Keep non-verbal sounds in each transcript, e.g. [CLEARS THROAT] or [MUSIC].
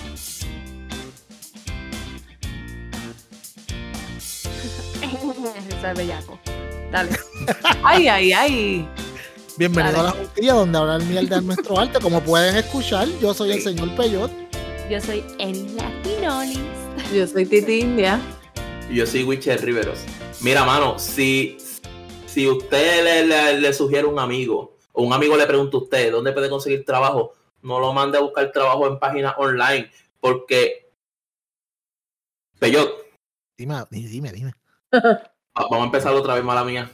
[LAUGHS] Eso es bellaco. Dale. Ay, ay, ay. Bienvenido Dale. a la justicia donde hablar mierda de nuestro arte. Como pueden escuchar, yo soy el Sí. señor Peyot. Yo soy el Latinolis. Yo soy Titi India. Y Yo soy Witcher Riveros. Mira, mano, si, si usted le, le- le sugiere a un amigo, o un amigo le pregunta a usted dónde puede conseguir trabajo, no lo mande a buscar trabajo en páginas online, porque Peyot, Dime, dime, dime. va- vamos a empezar otra vez, mala mía.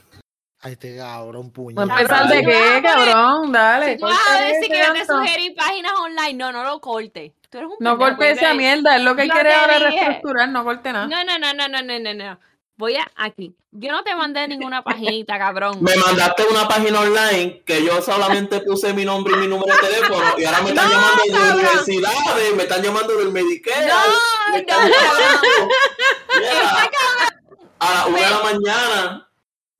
A este cabrón puñal. Vamos a empezar de Dale. qué, cabrón. Dale. Si tú vas a corta decir ese que yo te canto. sugerí páginas online, no, no lo corte. Tú eres un pendejo, No corte Ibe. esa mierda. Es lo que Yo quiere te ahora dije. reestructurar. No corte nada. No, no, no, no, no, no, no, no. Voy a aquí. Yo no te mandé ninguna paginita, cabrón. Me mandaste una página online que yo solamente puse mi nombre y mi número de teléfono y ahora me [LAUGHS] están No, llamando de cabrón. universidades, me están llamando del Medicare. [LAUGHS] No, Este me están no, no. llamando. Mira, a las una de la mañana.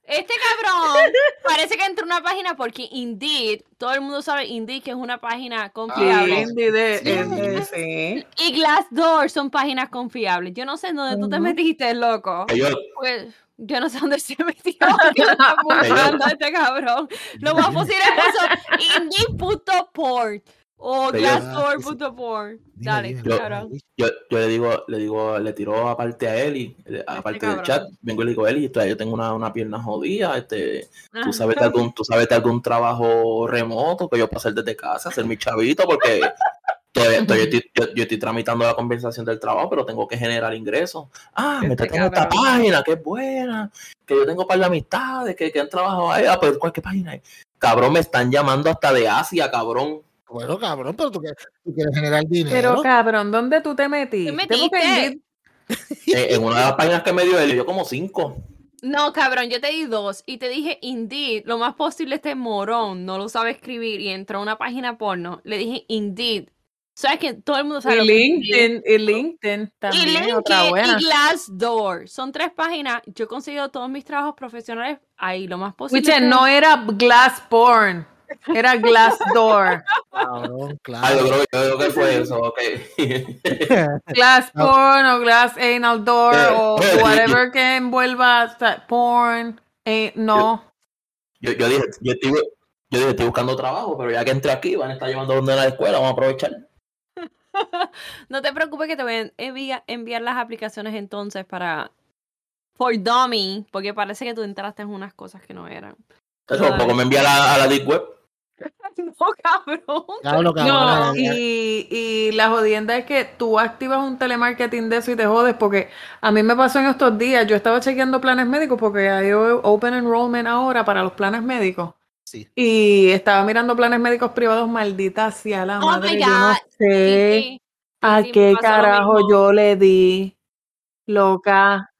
Este cabrón parece que entró a una página porque Indeed, todo el mundo sabe Indeed que es una página Sí, confiable. Indy de- Sí. eh, eh, sí. Y Glassdoor son páginas confiables. Yo no sé en dónde tú te Ujú. metiste, loco. Yo, Pues, yo no sé dónde se [LAUGHS] metió. Yo está buscando a este cabrón. Lo [LAUGHS] más posible es eso. Indie.port o Pero- Glassdoor.port. Dale, cabrón. yo, yo le digo, le digo, le tiro aparte a Eli, eh, aparte del Este cabrón. chat, vengo y le digo, Eli, esto- yo tengo una, una pierna jodida, este, Ah. tú sabes de algún, tú sabes de algún trabajo remoto que yo puedo hacer desde casa, hacer mi chavito, porque todavía [LAUGHS] estoy- yo, estoy, yo- yo estoy tramitando la compensación del trabajo, pero tengo que generar ingresos. Ah, me Este está en esta cabrón. página, que es buena, que yo tengo para las amistades, que, que han trabajado ahí, ah, pero ¿cuál qué página es? Cabrón, me están llamando hasta de Asia, [LAUGHS] cabrón. Bueno, cabrón, pero tú quieres, tú quieres generar Pero dinero. cabrón, ¿dónde tú te metiste? Porque metiste? Indeed- Eh, en una de las páginas que me dio él, yo como cinco. No, cabrón, yo te di dos y te dije Indeed. Lo más posible este morón no lo sabe escribir y entró a una página porno. Le dije Indeed. Sabes que todo el mundo sabe. y lo que es Indeed. LinkedIn, y LinkedIn Y también otra LinkedIn buena. y Glassdoor. Son tres páginas. Yo he conseguido todos mis trabajos profesionales ahí. Lo más posible. Wiche, es- no era glass porn, era glassdoor. [LAUGHS] Cabrón, Ah, yo claro. creo, que- yo creo que fue eso, ok. [LAUGHS] glass No. porn o glass anal door Eh, o eh, whatever que envuelva o sea, porn. eh, no, Yo, yo dije, yo estoy, yo dije, estoy buscando trabajo, pero ya que entré aquí, van a estar llevando donde a la escuela, vamos a aprovechar. No te preocupes que te voy a envia- enviar las aplicaciones entonces para For Dummy, porque parece que tú entraste en unas cosas que no eran. [LAUGHS] Entonces, Ay. poco me envía a la, a la deep web. No, cabrón. Cabrón, no. cabrón. Y, y la jodienda es que tú activas un telemarketing de eso y te jodes porque a mí me pasó en estos días, yo estaba chequeando planes médicos porque hay o- open enrollment ahora para los planes médicos. Sí. Y estaba mirando planes médicos privados, maldita sea la Oh my madre. Yo no God, Sí, sé sí. a sí, me Ah, pasó qué lo carajo mismo. yo le di, loca.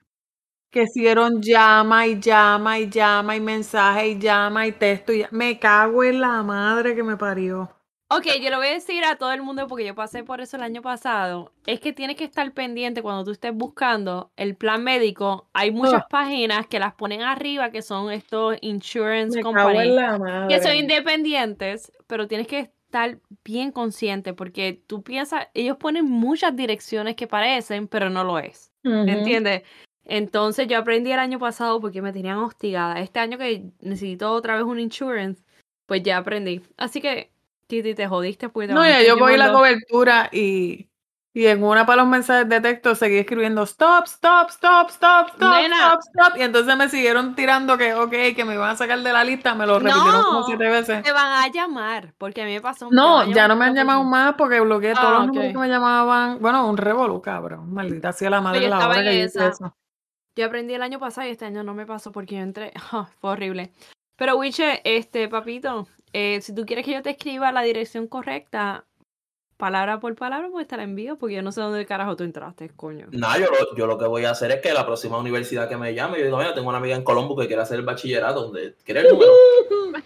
Que hicieron llama y llama y llama y mensaje y llama y texto y me cago en la madre que me parió. Ok, yo lo voy a decir a todo el mundo porque yo pasé por eso el año pasado. Es que tienes que estar pendiente cuando tú estés buscando el plan médico. Ah. Hay muchas páginas que las ponen arriba que son estos insurance Me cago companies. en la madre. que son independientes, pero tienes que estar bien consciente porque tú piensas, ellos ponen muchas direcciones que parecen, pero no lo es. Ujú. ¿Entiendes? Entonces yo aprendí el año pasado porque me tenían hostigada. Este año que necesito otra vez un insurance, pues ya aprendí. Así que, Titi, te jodiste porque te No, van a ya estar yo cogí la llamando. cobertura y, y en una para los mensajes de texto seguí escribiendo stop, stop, stop, stop, stop, Nena. stop, stop. Y entonces me siguieron tirando que, ok, que me iban a sacar de la lista, me lo repitieron No. como siete veces. Te van a llamar porque a mí me pasó. te van No, a ya llamar no me han por la llamado oficina. más porque bloqueé todos Ah, los números ok. que me llamaban. Bueno, un revolú, cabrón. Maldita sea la madre yo la estaba hora en que yo hice esa. eso. Yo aprendí el año pasado y este año no me pasó porque yo entré. [LAUGHS] fue horrible. Pero, Wiche, este, papito, eh, si tú quieres que yo te escriba la dirección correcta, palabra por palabra, pues te la envío porque yo no sé dónde carajo tú entraste, [LAUGHS] coño. [LAUGHS] Nada, yo lo, yo lo que voy a hacer es que la próxima universidad que me llame, yo digo, mira, tengo una amiga en Colombo que quiere hacer el bachillerato, donde quiere el número.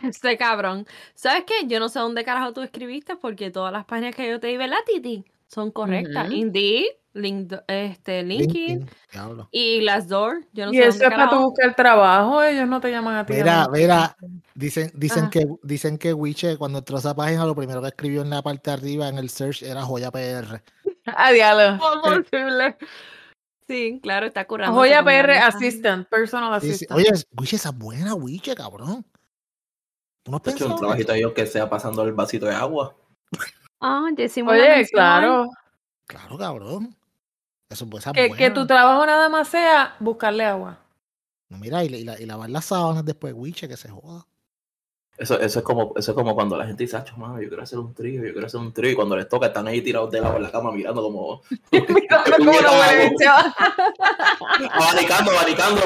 Este cabrón. ¿Sabes qué? Yo no sé dónde carajo tú escribiste porque todas las páginas que yo te di, ¿verdad, Titi? Son correctas. Ujú. Indeed, Linked- este, LinkedIn LinkedIn, diablo. y Glassdoor. Yo no Y sé eso dónde es para carajo. tu buscar trabajo, ellos no [LAUGHS] te llaman a ti. Mira, amor. mira, dicen, dicen Ajá. Ah. que dicen que Wiche cuando entró a esa página lo primero que escribió en la parte de arriba en el search era joya PR. [LAUGHS] Ah, diablo. ¿Cómo es posible? Sí, claro, está curando. Joya PR Assistant, Personal Sí, sí. Assistant. Oye, Wiche, esa buena Wiche, cabrón. Uno Tacho, pensaba un trabajito ahí que sea pasando el vasito de agua. Ah, decimos la Oye, mención. claro. Ah, Claro, cabrón. Eso pues esa es Que, que buena. tu trabajo nada más sea [LAUGHS] buscarle agua. No, mira, y, la- y la- y lavar las sábanas después, Wiche, que se joda. Eso, eso, es como, eso es como cuando la gente dice, "Acho, mano, yo quiero hacer un trío, yo quiero hacer un trío. Y cuando les toca, están ahí tirados de lado en la cama mirando como. Mirando cómo no huele, chaval. abaricando, abaricando.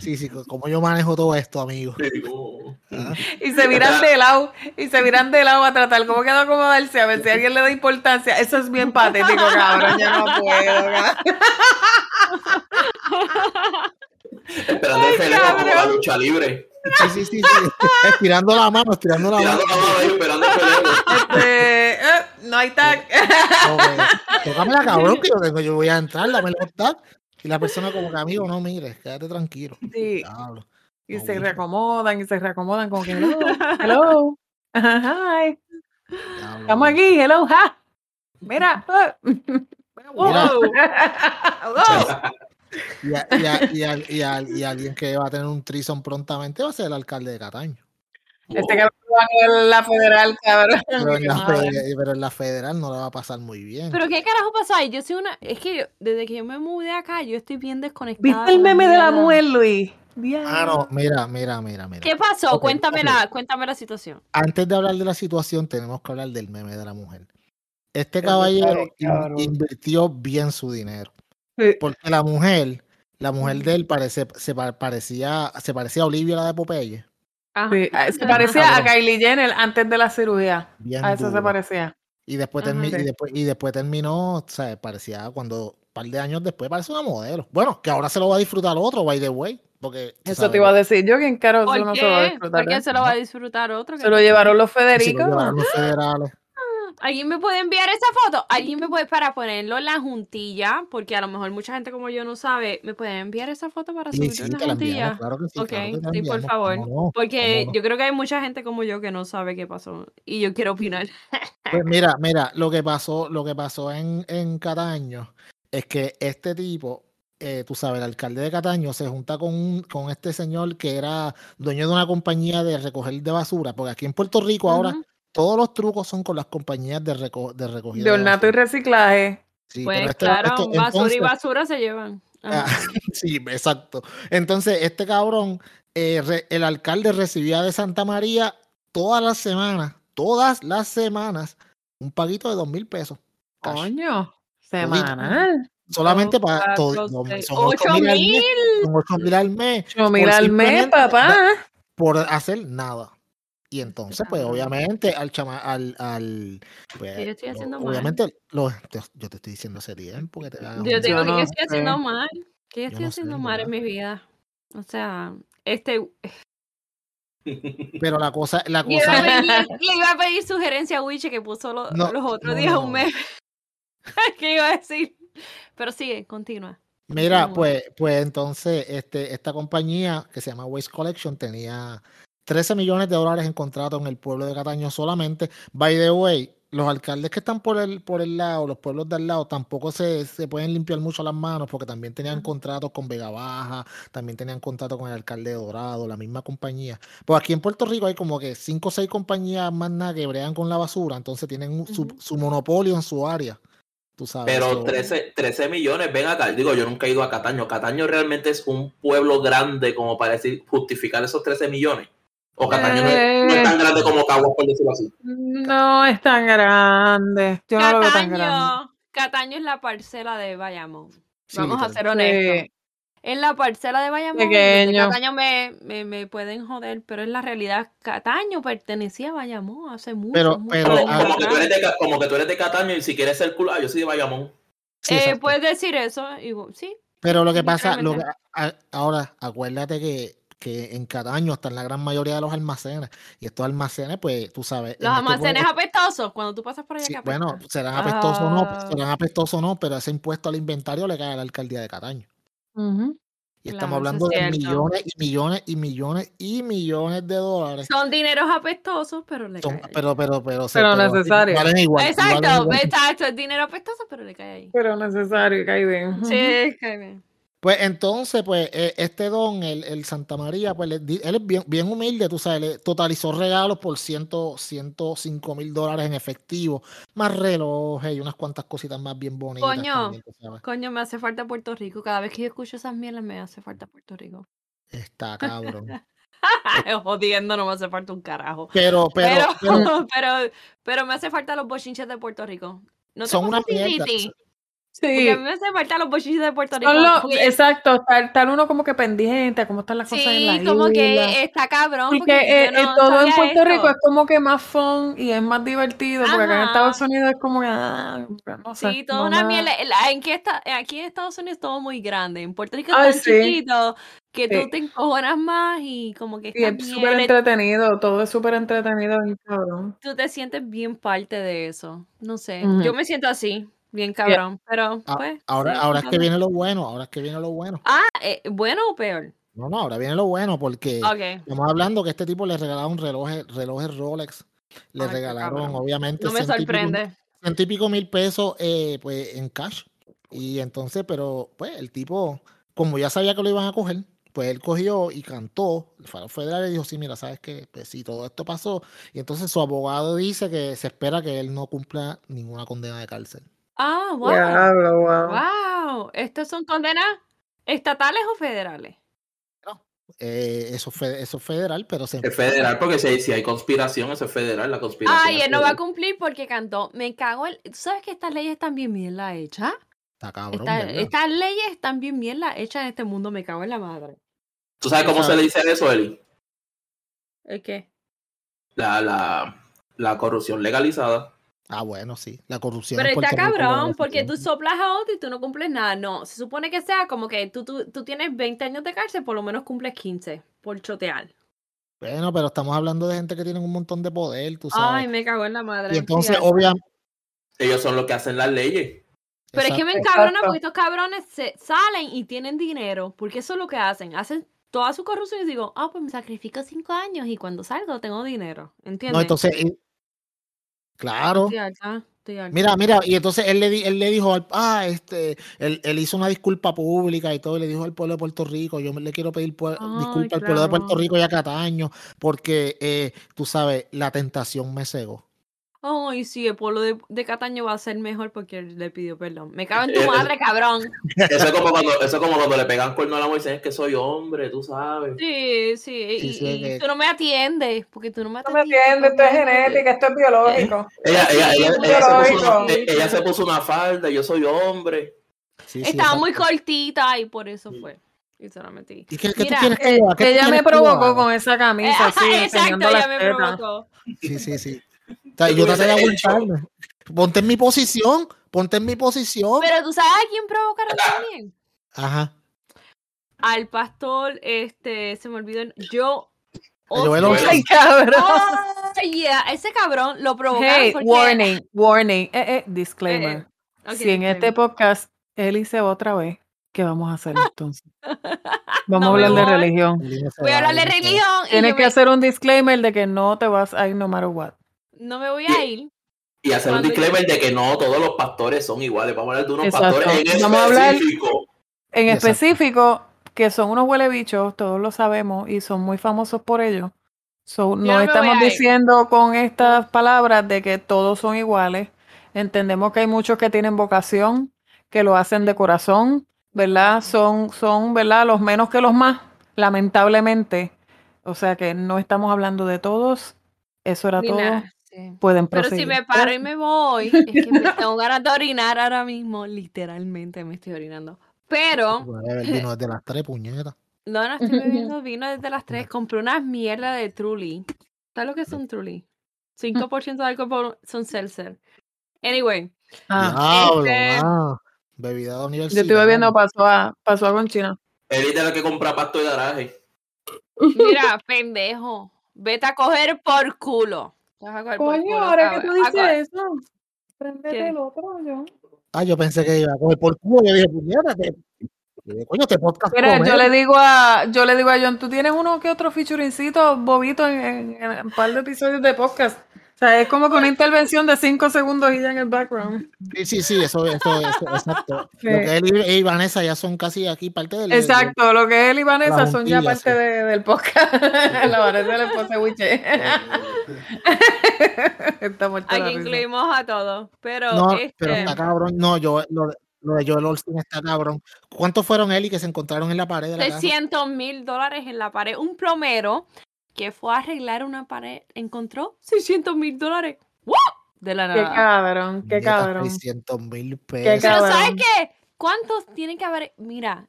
Sí, sí, co- como yo manejo todo esto, amigo. Sí, como- Ah, Y se miran de lado, y se miran de lado a tratar cómo queda acomodarse, a ver si alguien le da importancia. Eso es bien patético, [LAUGHS] cabrón. Yo no puedo, cabrón. Esperando el Felipe como la cabrón. lucha libre. Sí, sí, sí, [LAUGHS] sí. Estirando la mano, estirando la mano. Tirando la mano ahí, esperando el Felipe. [LAUGHS] Este, eh, no hay tag. Como que, pues, Tócamela, cabrón, que yo tengo, yo voy a entrar, dame el tag. Y la persona como que, amigo, no mires, quédate tranquilo. Sí, Diablo. y No, se Wiche. reacomodan, y se reacomodan, como que [LAUGHS] hello, hello. Ajá, Hi. diablo, Estamos Wiche. aquí, hello, ja. Mira. eh. Mira. Wow. [LAUGHS] Wow. Y, a- y a- y al- y al- y alguien que va a tener un trison prontamente va a ser el alcalde de Cataño. Este cabrón va a coger la federal, cabrón. Pero en, la Madre. fe- pero en la federal no la va a pasar muy bien. Pero qué carajo pasa ahí? Yo soy una. Es que yo- desde que yo me mudé acá, yo estoy bien desconectada. ¿Viste con el meme de la mierda. mujer, Luis? Ah, no, mira, mira, mira, mira. ¿Qué pasó? Ok, cuéntame, La, cuéntame la situación. Antes de hablar de la situación, tenemos que hablar del meme de la mujer. Este Eso caballero está bien, in- cabrón. invirtió bien su dinero. Sí. Porque la mujer, la mujer de él parece, se pa- parecía, se parecía a Olivia la de Popeye. Ajá. Sí, ah, se parecía a Cabrón. Kylie Jenner antes de la cirugía. Bien A eso Ah, se duro. parecía. Y después, Ajá. termi- Sí. y, después, y después terminó, o sea, parecía cuando un par de años después parece una modelo. Bueno, que ahora se lo va a disfrutar otro, by the way. Porque, tú Eso sabes, te iba a decir yo, que en caro ¿Por no se lo va a qué? disfrutar. ¿Por ¿eh? qué se lo va a disfrutar otro? Se lo llevaron los que si lo Federico. llevaron los federales. ¿Alguien me puede enviar esa foto? ¿Alguien me puede para ponerlo en la juntilla? Porque a lo mejor mucha gente como yo no sabe. ¿Me pueden enviar esa foto para Sí, subirlo sí, en la te la juntilla? enviamos, claro que sí. Ok, claro que te la sí, por enviamos, favor. cómo no, Porque cómo no. yo creo que hay mucha gente como yo que no sabe qué pasó. Y yo quiero opinar. Pues mira, mira, lo que pasó, lo que pasó en, en Cataño es que este tipo, eh, tú sabes, el alcalde de Cataño se junta con, un- con este señor que era dueño de una compañía de recoger de basura, porque aquí en Puerto Rico ahora Ujú. todos los trucos son con las compañías de, reco- de recogida De ornato y basura. reciclaje. Sí, Pues pero este- claro, esto- basura y entonces- basura se llevan. Ajá. Ah, [LAUGHS] sí, exacto. Entonces, este cabrón, eh, re- el alcalde recibía de Santa María todas las semanas, todas las semanas, un paguito de dos mil pesos. cash. Coño. Semanal. Solamente para Cuatro, todo. dos mil- seis- Son ¡Ocho ocho mil al mes, mil! son ocho mil al mes Yo mira al mes, simplemente papá. por hacer nada. Y entonces, pues Ajá. obviamente, al chama, al, al pues, yo estoy lo- haciendo mal. obviamente, lo- te- yo te estoy diciendo hace tiempo que te hagas Yo un- digo no que estoy haciendo sé. mal. Que estoy no sé, haciendo en mal en verdad. mi vida. O sea, este. pero la cosa, la Le iba, cosa a [LAUGHS] pedir, le iba a pedir sugerencia a Wiche que puso lo- No, los otros no, días no, un no. meme. [LAUGHS] que iba a decir? Pero sigue, continúa. Mira, Continúa. pues, pues entonces este, esta compañía que se llama Waste Collection tenía 13 millones de dólares en contrato en el pueblo de Cataño solamente. By the way, los alcaldes que están por el, por el lado, los pueblos del lado, tampoco se, se pueden limpiar mucho las manos porque también tenían contratos con Vega Baja, también tenían contrato con el alcalde de Dorado, la misma compañía. Pues aquí en Puerto Rico hay como que cinco o seis compañías más nada que brean con la basura, entonces tienen un- su, Ujú. su monopolio en su área. Tú sabes. Pero so- 13, 13 millones, ven acá. Digo, yo nunca he ido a Cataño. Cataño realmente es un pueblo grande como para decir, justificar esos 13 millones. O Cataño no, es, no es tan grande como Caguas, por decirlo así. No es tan grande. Yo no lo veo tan grande. Cataño. Cataño es la parcela de Bayamón. sí, Vamos a literal. ser honestos. Sí. Es la parcela de Bayamón. donde Pequeño. Cataño me, me, me pueden joder, pero es la realidad. Cataño pertenecía a Bayamón hace mucho. Pero- mucho pero- años Como, ah, como que tú atrás. eres de, Ca- como que tú eres de Cataño y si quieres ser cool, ah, yo soy de Bayamón. Sí, Eh, exacto. puedes decir eso. Y, digo, sí, Pero lo que pasa, lo que, Literalmente. a- ahora acuérdate que, que en Cataño están la gran mayoría de los almacenes. Y estos almacenes, pues tú sabes. en los este pueblo- almacenes apestosos. Cuando tú pasas por allá, sí, que apesta. bueno, serán apestosos o no, Ah. serán apestosos o no, pero ese impuesto al inventario le cae a la alcaldía de Cataño. Ujú. Y Y Claro, estamos eso es hablando de cierto. millones y millones y millones y millones de dólares. Son dineros apestosos, pero le pues Son- cae. pero, pero, pero, o Pero necesario. Valen igual. y valen Exacto, igual. exacto, es dinero apestoso, pero le cae ahí. Pero necesario, cae bien. Sí, cae bien. Pues entonces, pues eh, este don, el, el Santa María, pues le di- él es bien, bien humilde, tú sabes, le totalizó regalos por 100, 105 mil dólares en efectivo, más relojes y unas cuantas cositas más bien bonitas. Coño. también, tú sabes. Coño, me hace falta Puerto Rico. Cada vez que yo escucho esas mierdas, me hace falta Puerto Rico. [LAUGHS] oh, Está cabrón. Jodiendo, no me hace falta un carajo. Pero, pero, Pero, pero pero, [LAUGHS] pero, me hace falta los bochinches de Puerto Rico. ¿No te son pasa una a ti, mierda. Titi? Porque Sí. a mí me hace falta los bochinches de Puerto Rico. Son los- Porque- exacto, estar, estar uno como que pendiente a cómo están las cosas en la sí, como isla. que está cabrón. Porque porque eh, yo eh, no todo en sabía Puerto esto. Rico es como que más fun y es más divertido, porque acá en Ajá. Estados Unidos es como que, ah, no sé. Sí, toda no una más. miel. En que está, aquí en Estados Unidos es todo muy grande. En Puerto Rico es Ay, tan sí. chiquito que Sí. tú te encojonas más y como que Y estás es súper bien, entretenido, todo es súper entretenido, bien cabrón. tú te sientes bien parte de eso. No sé. Ujú. Yo me siento así, bien cabrón. Pero a- pues. ahora, sí, ahora es que pasa. viene lo bueno, ahora es que viene lo bueno. Ah, eh, bueno o peor. No, no, ahora viene lo bueno porque Ok. estamos hablando que este tipo le regalaron relojes, relojes Rolex, le Ay, qué regalaron cabrón. obviamente No me ciento y pico mil- sorprende. ciento y pico mil pesos eh, pues, en cash. Y entonces, pero pues el tipo, como ya sabía que lo iban a coger, pues él cogió y cantó. El faro federal le dijo, sí, mira, sabes que si todo esto pasó. Y entonces su abogado dice que se espera que él no cumpla ninguna condena de cárcel. Ah, wow. Diablo, wow. Wow. ¿Estos son condenas estatales o federales? Eh, eso, fue, eso es federal, pero se... Es federal, porque si hay, si hay conspiración, eso es federal, la conspiración. Ay, es él no va a federal. cumplir porque cantó. Me cago en. ¿Tú sabes que estas leyes están bien mierda hechas? Está cabrón, Esta- ¿verdad? estas leyes están bien mierda hechas en este mundo. Me cago en la madre. ¿Tú sabes cómo se Exacto. le dice a eso, Eli? ¿El qué? La, la, la corrupción legalizada. Ah, bueno, sí. La corrupción. en Pero está Puerto Rico lo cabrón, es, ¿eh? porque tú ¿no? soplas a otro y tú no cumples nada. No, se supone que sea como que tú, tú, tú tienes 20 años de cárcel, por lo menos cumples 15 por chotear. Bueno, pero estamos hablando de gente que tiene un montón de poder, tú Ay, sabes. me cago en la madre. y entonces, fíjate. obviamente... Ellos son los que hacen las leyes. Pero es que me Exacto. encabrona porque estos cabrones se salen y tienen dinero, porque eso es lo que hacen. Hacen toda su corrupción y digo, ah, pues me sacrifico cinco años y cuando salgo tengo dinero. ¿Entiendes? No, entonces... y- Claro. Estoy harta, estoy harta. Mira, mira, y entonces él le, di- él le dijo, al, ah, este, él, él hizo una disculpa pública y todo, y le dijo al pueblo de Puerto Rico, yo me- le quiero pedir pue- Ay, disculpa al pueblo de Puerto claro. Rico y a Cataño, porque eh, tú sabes, la tentación me cegó. Ay, sí, el pueblo de, de Cataño va a ser mejor porque él le pidió perdón. Me cago en [LAUGHS] tu Eh, madre, cabrón. Eso es como cuando, eso es como cuando le pegan cuerno a la mujer y dicen, es que soy hombre, tú sabes. Sí, sí. y- Sí, sí, y- y que- tú no me atiendes, porque tú no me No me atiendes. entiendes, esto es genética, esto es biológico. Ella, ella, ella- Sí, ella se puso lógico. una, e- ella se puso una falda, yo soy hombre. Sí, sí, Estaba exacto. muy cortita y por eso Sí. fue. Y se lo metí. ¿Y qué, qué Mira, tú quieres que Eh, yo haga? ¿Qué tú ella me quieres que yo provocó haga? con esa camisa, Eh, así, ajá, enseñando exacto, ya las me tetas. provocó. Sí, [LAUGHS] sí, sí. O sea, ¿Qué yo traté de hubiese hecho? aguantarme. Ponte en mi posición, ponte en mi posición. Pero tú sabes a quién provocaron también. Ajá. al pastor, este, se me olvidó, el- yo, El Joel Oscar- [LAUGHS] Osteen. Ay, [LAUGHS] cabrón. Ay, yeah, ese cabrón lo provocaron Hey, porque- warning, [LAUGHS] warning, eh, eh, disclaimer. Ok, si en este disclaimer. podcast Eli se va otra vez, ¿qué vamos [LAUGHS] a hacer entonces? Vamos No a me hablar de voy. religión. Elina se voy a va, hablar de Elina se va. religión y Tienes yo que me- hacer un disclaimer de que no te vas a ir no matter what. no me voy a ir. Y hacer un Cuando yo- disclaimer de que no todos los pastores son iguales. Vamos a hablar de unos Exacto. pastores en Vamos a hablar- específico. En Exacto. específico, que son unos huele bichos, todos lo sabemos y son muy famosos por ello. no So, no me estamos voy a ir. diciendo con estas palabras de que todos son iguales. Entendemos que hay muchos que tienen vocación, que lo hacen de corazón, ¿verdad? Son, son, ¿verdad? Los menos que los más, lamentablemente. O sea que no estamos hablando de todos. Eso era ni todo. nada, sí. Pueden Pero proseguir. si me paro y me voy, es que [LAUGHS] me tengo ganas de orinar ahora mismo, literalmente me estoy orinando. Pero Voy a beber vino desde las tres puñetas. No, no estoy bebiendo vino desde las 3. Compré una mierda de Truly. ¿Sabes lo que es un Mm. Truly? 5% de alcohol por- son seltzer. Anyway, Ah, Diablo, este- ma. Bebida de yo universidad. estoy bebiendo pasó a, pasó a con China. Eli de la que compra pasto [LAUGHS] de garaje. mira, pendejo. Vete a coger por culo. Te vas a coger por culo, ¿sabes? Ah, A coger- eso, ¿Qué? prendete el otro, yo. Ah, yo pensé que iba a coger por culo. Yo dije, puñeta, te- Eh, Coño, este podcast. Mira, come. yo le digo a, yo le digo a John, tú tienes uno que otro featuringcito bobito en, en- en un par de episodios de podcast. O sea, es como con una intervención de cinco segundos y ya en el background. Sí, sí, sí, eso, eso, eso, [LAUGHS] exacto. Sí. Lo que él y- y Vanessa ya son casi aquí parte del. del- Exacto, lo que él y Vanessa La son ya juntilla, parte sí. de- del podcast. [LAUGHS] La Vanessa le puse Wiche. [LAUGHS] Está muerta la Aquí risa. incluimos a todos. Pero, No, este, pero está cabrón. No, yo, lo, de- lo de Joel Olsen está cabrón. ¿Cuántos fueron él y que se encontraron en la pared de la casa? 300 mil dólares en la pared. Un plomero que fue a arreglar una pared encontró 600 mil dólares. ¡Wow! De la Qué nada. cabrón, qué cabrón. 300 mil pesos. Pero cabrón. ¿sabes qué? ¿Cuántos tiene que haber? Mira,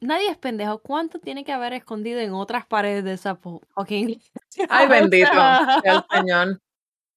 nadie es pendejo. ¿Cuánto tiene que haber escondido en otras paredes de esa po- [LAUGHS] fucking iglesia? Ay, [LAUGHS] bendito. sea O sea, el Señor.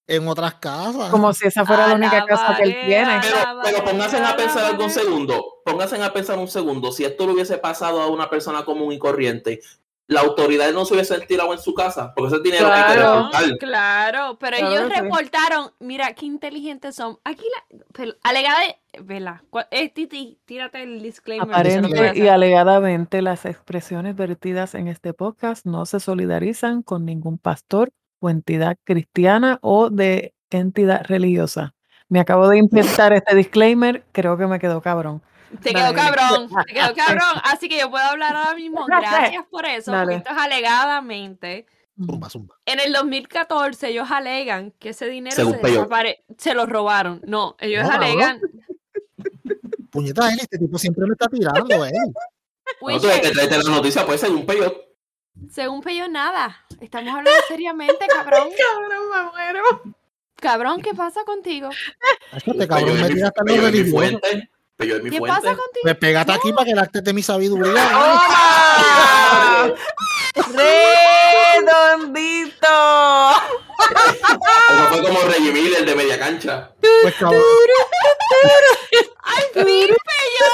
En otras casas. Como si esa fuera la única casa que él Alabaré, tiene. Pero, pero pónganse a pensar Alabaré. algún segundo, pónganse a pensar un segundo, si esto le hubiese pasado a una persona común y corriente, la autoridad no se hubiese tirado en su casa, porque ese es dinero que hay que Claro. reportar. Claro, pero Claro ellos que sí. reportaron. Mira, qué inteligentes son. Aquí la pel- alegada. de- Vela. cua- eh, Titi, tírate el disclaimer. Aparente Disclaimer. y alegadamente las expresiones vertidas en este podcast no se solidarizan con ningún pastor o entidad cristiana o de entidad religiosa. Me acabo de inventar este disclaimer, creo que me quedó cabrón. Te quedó Dale. cabrón, [LAUGHS] te quedó cabrón. Así que yo puedo hablar ahora mismo. Gracias por eso. porque Dale. Esto es alegadamente. Zumba, zumba. En el 2014 ellos alegan que ese dinero se, Según Peyo. desapare- se lo robaron. No, ellos No, cabrón. alegan. Puñeta, él, este tipo siempre me [LAUGHS] está tirando, él. No, Wiche, tú te traes la noticia, puede ser un peyote. según Peyo, nada. Estamos hablando seriamente, [LAUGHS] cabrón. Cabrón, me muero. Cabrón, ¿qué pasa contigo? Hacho, Este cabrón Peyote me es Pues mi- tira hasta los peyote es mi religiosos. fuente, peyote es mi ¿Qué fuente. pasa contigo? Pues pégate aquí para que el acte de mi sabiduría. ¡Toma! [LAUGHS] ¡Redondito! Eso fue como Reggie Miller de media cancha. Pues cabrón. ¡Al fin, Peyo!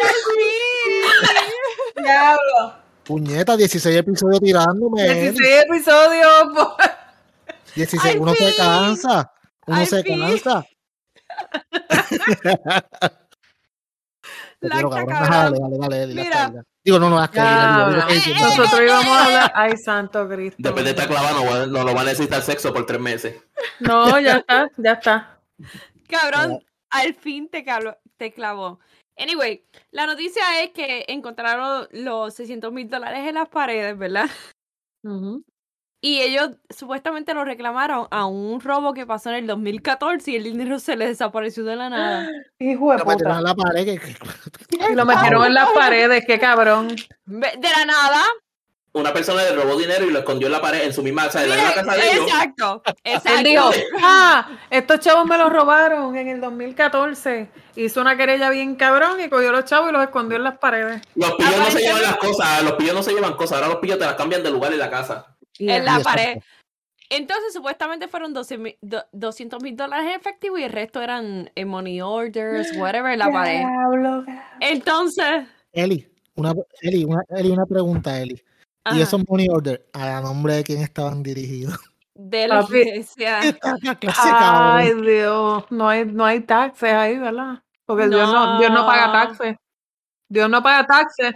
¡Al fin! Diablo. Puñeta, 16 episodios tirándome. Eh. Eli. 16 episodios. pues. po- 16, ¡Al uno se fin! cansa. Uno ¡Al se fin! cansa. Te quiero, Lacta, cabrón. Ajá, cabrón. Dale, dale, dale, Eli, Mira. hasta ahí, ya. Digo, no, no, hasta ahí, ya, digo, Cabrón. digo, ok, ya, Nosotros íbamos a hablar. Ay, santo Cristo. Después de esta clavada no, va- no lo va a necesitar sexo por tres meses. [LAUGHS] No, ya está, ya está. Cabrón, al fin te, cablo- te clavó. Anyway, la noticia es que encontraron los 600 mil dólares en las paredes, ¿verdad? Y ellos supuestamente lo reclamaron a un robo que pasó en el 2014 y el dinero se les desapareció de la nada. Hijo de Lo metieron en puta. la pared. que- que- Y lo metieron en las paredes, qué cabrón. Ve- De la nada. Una persona le robó dinero y lo escondió en la pared, en su misma, o sea, en la misma Mira, casa de ellos. exacto. Él dijo, Exacto. ah, estos chavos me los robaron en el 2014. Hizo una querella bien cabrón y cogió los chavos y los escondió en las paredes. Los pillos no se Aparentemente- llevan las cosas, ah, los pillos no se llevan cosas, ahora los pillos te las cambian de lugar en la casa. En la Exacto. pared. Entonces, supuestamente fueron 12 mil- do- 200 mil dólares en efectivo y el resto eran eh, money orders, whatever, en la pared. Diablo, Entonces. Eli, una, Eli, una, Eli, una pregunta, Eli. ajá, Y esos money order, ¿a nombre de quién estaban dirigidos? De la Papi. [LAUGHS] iglesia. La clase, cabrón. Ay, Dios, no hay, no hay taxes ahí, ¿verdad? Porque Dios, no, Dios no paga No. taxes. Dios no paga taxes.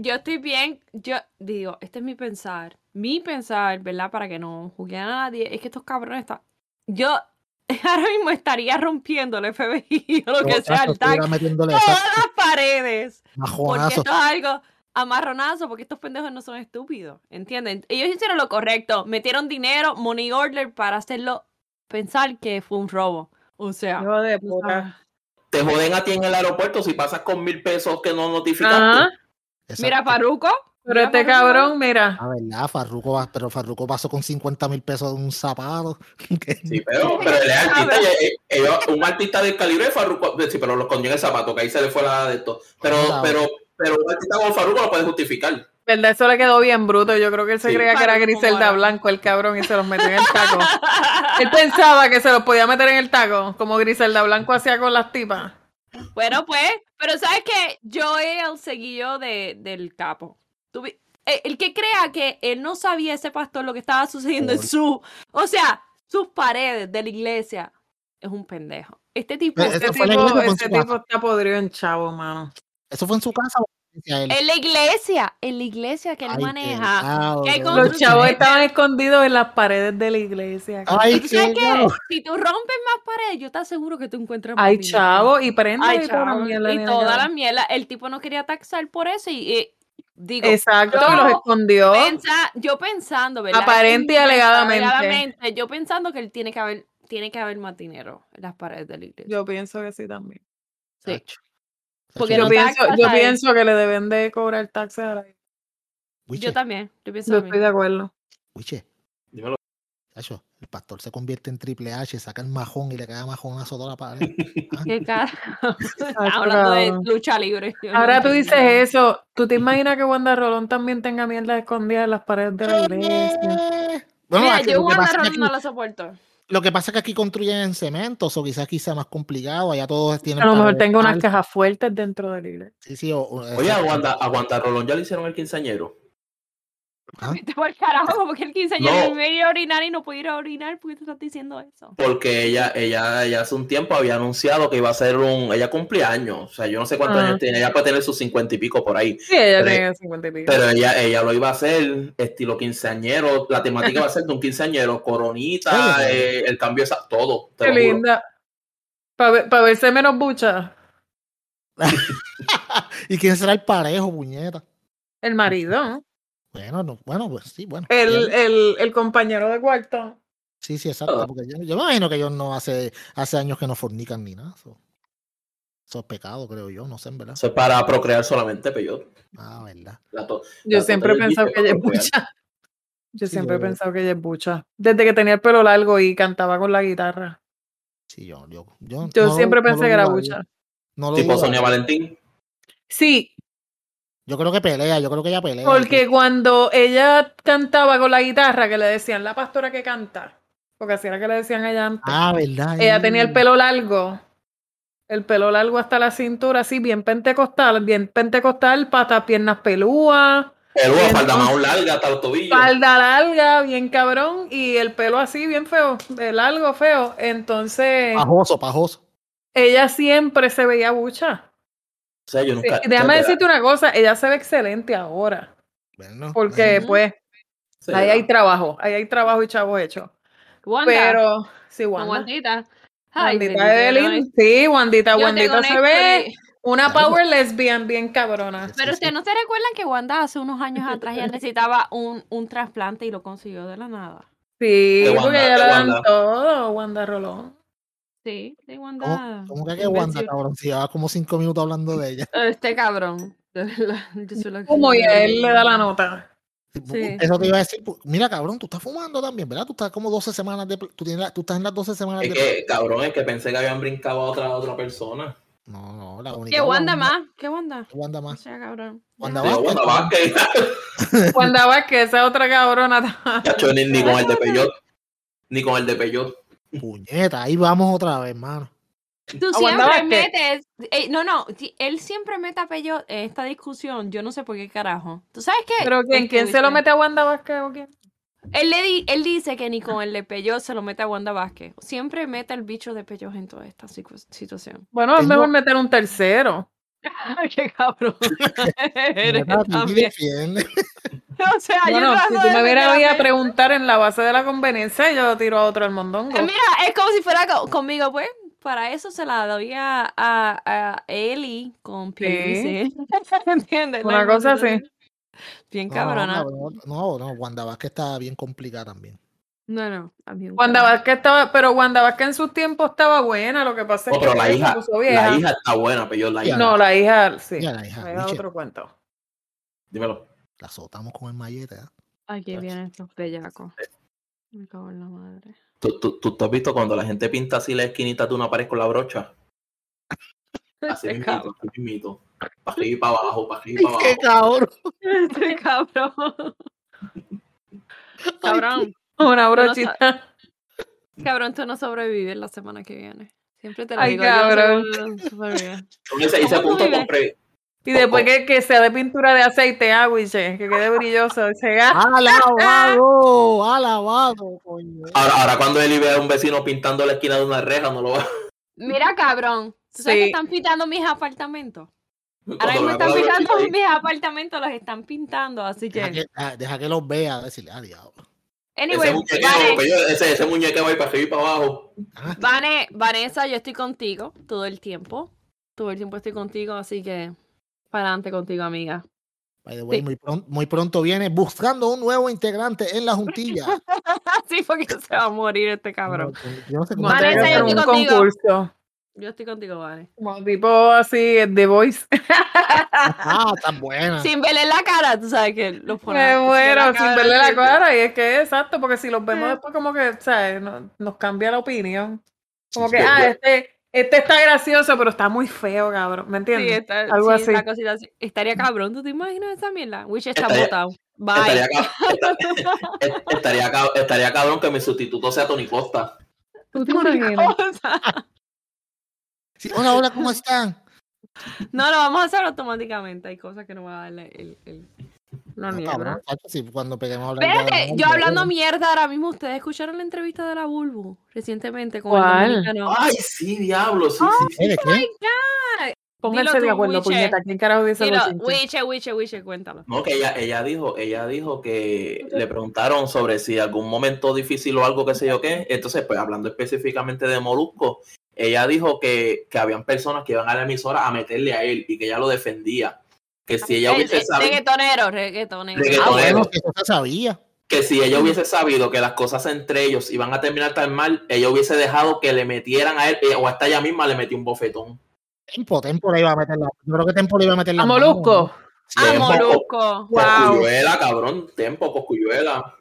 Yo estoy bien, yo digo, este es mi pensar, mi pensar, ¿verdad? Para que no juzguen a nadie, es que estos cabrones están, yo [LAUGHS] ahora mismo estaría rompiendo el FBI o lo que Yo, sea, tacho, el TAC, estuviera metiéndole todas las paredes, porque majonazo. esto es algo amarronazo, porque estos pendejos no son estúpidos, ¿entienden? Ellos hicieron lo correcto, metieron dinero, money order, para hacerlo pensar que fue un robo, o sea... Hijo de tú sabes. puta. Te joden a ti en el aeropuerto si pasas con mil pesos que no notificaste. Ajá, Exacto. Mira, Farruko. pero este cabrón, mira. Ah, verdad, Farruko, va- pero Farruko pasó con 50 mil pesos de un zapato. [LAUGHS] Que- Sí, pero, pero él es artista. y- y- ellos- un artista del calibre de Farruko, sí, pero lo escondió en el zapato, que ahí se le fue la de esto. Pero, Anda, pero, pero un artista como Farruko lo puede justificar. ¿Verdad? Eso le quedó bien bruto. Yo creo que él se Sí. creía que era Parece un Griselda morón. Blanco el cabrón y se los metió en el taco. él pensaba que se los podía meter en el taco, como Griselda Blanco hacía con las tipas. Bueno, pues, pero sabes que yo era el seguillo de, del capo. Tú vi- eh, el que crea que él no sabía ese pastor lo que estaba sucediendo en Por- su, o sea, sus paredes de la iglesia, es un pendejo. Este tipo, Pero Ese Esa fue la tipo, iglesia con ese su casa. tipo está podrido en chavo, mano. Eso fue en su casa. iglesia. él. En la iglesia, en la iglesia que él Ay, maneja. diablo. que hay como- Los chavos estaban escondidos en las paredes de la iglesia. Ay, ¿Tú sabes qué qué? diablo. Si tú rompes más paredes, yo te aseguro que tú encuentras más Ay, niños. chavo, y prende Ay, y toda la chavo, mierda, Y nena, toda ya. la mierda. El tipo no quería taxar por eso y eh, digo, Exacto, Yo- y los escondió. pensa- yo pensando, ¿verdad? Aparente y alegadamente. Alegadamente, Yo pensando que él tiene que haber, tiene que haber más dinero en las paredes de la iglesia. Yo pienso que sí también. Sí. Chacho. Porque Chacho, Yo los pienso, taxas yo ahí. pienso que le deben de cobrar taxes a la Wiche, Yo también, yo pienso Yo lo estoy mismo. de acuerdo. Wiche, Dímelo. chacho, el pastor se convierte en triple H, saca el majón y le cae majonazo a toda la [LAUGHS] pared. Ah, Qué [LAUGHS] carajo. Ay, Hablando de cabrón. lucha libre. Yo no Ahora tú entiendo. dices eso. ¿Tú te imaginas que Wanda Rolón también tenga mierda escondida en las paredes de la iglesia? Bueno, Mira, aquí yo lo, que Wanda pasa es Rolón que no aquí, lo soporto. lo que pasa es que aquí construyen en cementos, o quizás aquí sea más complicado, allá todos tienen. A lo mejor paredes tenga unas altas, cajas fuertes dentro de la iglesia. sí, sí, o- o- eh, Oye, a exacto. Wanda, a Wanda Rolón ya le hicieron el quinceañero. Ah. Vete por el carajo, como que el quinceañero No. me iba a orinar y no puede ir a orinar porque tú estás diciendo eso. Porque ella, ella, ella hace un tiempo había anunciado que iba a ser un. Ella cumplía años. O sea, yo no sé cuántos Ah. años tiene. Ella puede tener sus cincuenta y pico por ahí. Sí, ella Pero- tiene 50 y pico. Pero ella, ella lo iba a hacer estilo quinceañero. La temática va a ser de un Claro, quinceañero. Coronita, claro. eh, el cambio exacto, todo. te Qué lo juro. linda. Para verse menos bucha, ¿Y quién será el parejo, puñeta? el marido, ¿no? Bueno, no, bueno, pues sí, bueno. el, Oh. Él- el, el compañero de cuarto. Sí, sí, exacto. Ah. Porque yo, yo me imagino que ellos no hace, hace años que no fornican ni nada. so- Eso es pecado, creo yo, no sé, en verdad. Eso es para procrear solamente, peyote. Ah, verdad. La to- Yo La siempre he total pensado es que ella es diferente, [LAUGHS] bucha. Yo Sí, siempre he yo- pensado que ella es bucha. Desde que tenía el pelo largo y cantaba con la guitarra. Sí, yo, yo, yo, Yo no lo- siempre no pensé lo que era dudaría, bucha. pues, No lo tipo dudaría. Sonia Valentín. Sí, Yo creo que pelea, yo creo que ella pelea. porque cuando ella cantaba con la guitarra, que le decían la pastora que canta, porque así era que le decían a ella antes. Ah, verdad. Ella tenía el eh. pelo largo, el pelo largo hasta la cintura, así bien pentecostal, bien pentecostal, patas, piernas pelúas, Pero Y falda más entonces- larga hasta los tobillos. falda larga, bien cabrón, y el pelo así, bien feo, de largo, feo. Entonces, Pajoso, pajoso. ella siempre se veía bucha. O sea, yo Eh, nunca. Déjame yo- decirte una cosa, ella se ve excelente ahora, Bueno, porque bueno. pues Sí, ahí hay trabajo, ahí hay trabajo y chavo hecho. Wanda, Pero, sí, con Wanda. Wandita. Ay, bendito, Wandita de yo no- Belín, sí, Wandita, yo tengo Wandita una se ve. historia- Una Claro. power lesbian bien cabrona. Pero Sí, ustedes sí. no se recuerdan que Wanda hace unos [LAUGHS] años atrás ya necesitaba un, un trasplante y lo consiguió de la nada. Sí, De Wanda, porque ya de le dan Wanda. todo, Wanda Rolón. Sí, sí, Wanda. ¿Cómo, cómo que, que Wanda, invenció- cabrón? Si llevaba como cinco minutos hablando de ella. [LAUGHS] Este cabrón. de verdad, [LAUGHS] yo soy la- Como y a él le da la [LAUGHS] nota. Sí. Eso te iba a decir. pu- Mira, cabrón, tú estás fumando también, ¿verdad? Tú estás como 12 semanas de. pl- Tú, tienes la- tú estás en las 12 semanas Es de. que, cabrón, es que pensé que habían brincado a otra, a otra persona. No, no, la única. ¿Qué Wanda Wanda más? ¿Qué Wanda? ¿Qué Wanda O más? sea, cabrón. Wanda Ya. Digo, Vázquez, Wanda cabrón. Vázquez, Wanda Vázquez, esa [LAUGHS] otra cabrona. [LAUGHS] chacho, ni, ni con el de Peyot. Ni con el de Peyot. Puñeta, ahí vamos otra vez, hermano. Tú A Ah, Wanda siempre Vázquez. metes. eh, no, no. ti- Él siempre mete a Pello en esta discusión. Yo no sé por qué carajo. ¿Tú sabes qué? Pero ¿quién, Este, quién se lo Wister. mete a Wanda Vázquez o quién? Él, le di- él dice que ni con el de Peyot se lo mete a Wanda Vázquez. Siempre mete el bicho de Peyot en toda esta sicu- situación. [LAUGHS] Bueno, es Tengo- mejor meter un tercero. ¡Qué [LAUGHS] cabrón! [LAUGHS] [LAUGHS] Eres Mira, tú sí también. defiendes. O sea, yo Bueno, si trato tú de me hubieras meter ido a a preguntar en la base de la conveniencia, yo tiro a otro al mondongo. Pe- Ah, Mira, es como si fuera co- conmigo, pues. Para eso se la doy a, a, a Eli con Pierre [LAUGHS] ¿Entiendes? No Una hay cosa mucho- así. Bien Ah, No, no, cabrona. cabrón, No, no, Wanda Vázquez está bien complicada también. No, no. a mí me Wanda encanta. Vázquez estaba, pero Wanda Vázquez en sus tiempos estaba buena, lo que pasa es No, pero que la se hija, puso vieja. la hija está buena, Peyot, la hija. No, la hija, sí. Ya la hija, La hija es biche, otro cuento. Dímelo. la azotamos con el mallete. ¿eh? Aquí Chacho. vienen estos bellacos. Me cago en la [LAUGHS] madre. [LAUGHS] ¿Tú, tú, tú, tú has visto cuando la gente pinta así la esquinita de una pared con la [LAUGHS] brocha? Así Este mismito, cabrón. así mismito. Para arriba y para abajo, para arriba y [LAUGHS] para ¡Qué abajo. cabrón! Este cabrón. Cabrón. Una no brochita. Cabrón, tú no sobrevives la semana que viene. Siempre te lo Ay, digo. yo no cabrón. sobrevivo- sobrevivo. Entonces, ese ¿Cómo tú punto vives? compré. Y Oh, después que, que sea de pintura de aceite, ah, Wiche, que quede brilloso. ese Ah, gas. [LAUGHS] ¡Alabado! ¡Alabado, coño! Ahora, ahora cuando él ve a un vecino pintando la esquina de una reja, no lo va Mira, cabrón. ¿Tú sabes Sí. que están pintando mis apartamentos? Ahora Cuando mismo me están acuerdo, fijando sí. mis apartamentos, los están pintando, así Deja que, que. ah, deja que los vea, decirle, ah, diablo. Ese Anyway, muñequeo, Vane- pero yo- ese, ese muñequeo ahí para arriba y para abajo. Ah, Vane- Vanessa, yo estoy contigo todo el tiempo. Todo el tiempo estoy contigo, así que. Para adelante contigo, amiga. [LAUGHS] by the way, Sí. muy, pron- muy pronto viene buscando un nuevo integrante en la juntilla. Así porque se va a morir este [LAUGHS] cabrón. Yo no sé cómo Vale, te- ese yo Parece estoy un contigo. concurso. Yo estoy contigo, Vane. Como tipo así, The Voice. Ah, tan buena. Sin verle la cara, tú sabes que los [LAUGHS] Me ponemos. muero sin verle la cara. cara. Y es que exacto, porque si los vemos Sí. después, como que, ¿sabes? No- nos cambia la opinión. Como Sí, que, sí. ah, este, este está gracioso, pero está muy feo, cabrón. Sí, ¿Me entiendes? está- Algo sí, la así. cosita así. Estaría cabrón, ¿tú te imaginas esa mierda? Wish está Estaría- botado. Bye. Estaría, ca- esta- estaría, ca- estaría cabrón que mi sustituto sea Tony Costa. ¿Tú te imaginas? O sea, Sí, hola, hola, ¿cómo están? [LAUGHS] no lo vamos a hacer automáticamente. Hay cosas que no va a darle el. el- la Ah, mierda. cabrón, tacho, sí, cuando peguemos a hablar ya de Espérate, Donald, yo hablando bueno. mierda ahora mismo, ustedes escucharon la entrevista de la Bulbu recientemente con ¿Cuál? el dominicano. Ay, sí, diablo, sí, sí, sí. Eh, ¿de qué? Pónganse Dilo de tú, acuerdo, Wiche. puñeta. ¿Quién carajo dice Dilo, los chinches? Wiche, Wiche, Wiche, cuéntalo. No, que ella, ella dijo, ella dijo que le preguntaron sobre si algún momento difícil o algo que sé yo qué. Entonces, pues hablando específicamente de Molusco, ella dijo que, que habían personas que iban a la emisora a meterle a él y que ella lo defendía. Que si ella El- hubiese el sabido, Eh, Reggaetonero, reggaetonero. Reggaetonero. Ah, bueno, Tonero. que eso se sabía. que si ella hubiese sabido que las cosas entre ellos iban a terminar tan mal, ella hubiese dejado que le metieran a él, eh, o hasta ella misma le metió un bofetón. Tempo, Tempo le iba a meter la. Yo creo que Tempo le iba a meter la. A mano, Molusco. ¿no? Ah, Tempo, Molusco. Wow. Cosculluela, cabrón, Tempo, Cosculluela.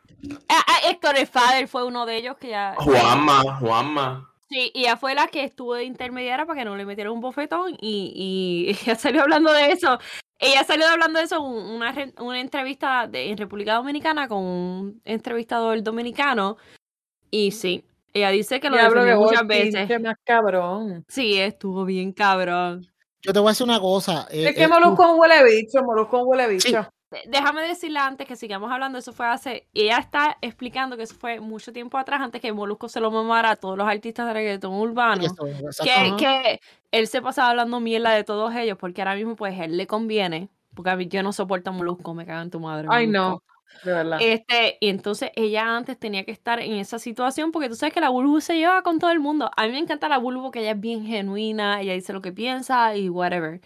Ah, ah, Héctor el Father fue uno de ellos que ya. Oh, Juanma, Juanma. Sí, y ella fue la que estuvo de intermediaria para que no le metieran un bofetón y, [LAUGHS] y ella salió hablando de eso. Ella salió hablando de eso en una, re- una entrevista de, en República Dominicana con un entrevistador dominicano. Y sí, ella dice que lo Diablo, defendió que vos, muchas veces. chinche más cabrón. Sí, estuvo bien cabrón. Yo te voy a decir una cosa. eh, Es que eh, Molusco es un huele bicho, Molusco es un huele bicho. De- Déjame decirle antes que sigamos hablando, eso fue hace, ella está explicando que eso fue mucho tiempo atrás, antes que Molusco se lo mamara a todos los artistas de reggaetón urbano. eso, exacto, que, Ajá. que él se pasaba hablando mierda de todos ellos, porque ahora mismo pues él le conviene, porque a mí yo no soporto a Molusco, me cago en tu madre. Ay, Molusco. no, Eh, de verdad. Este, y entonces ella antes tenía que estar en esa situación, porque tú sabes que la Bulbu se lleva con todo el mundo. A mí me encanta la Bulbu, que ella es bien genuina, ella dice lo que piensa y whatever.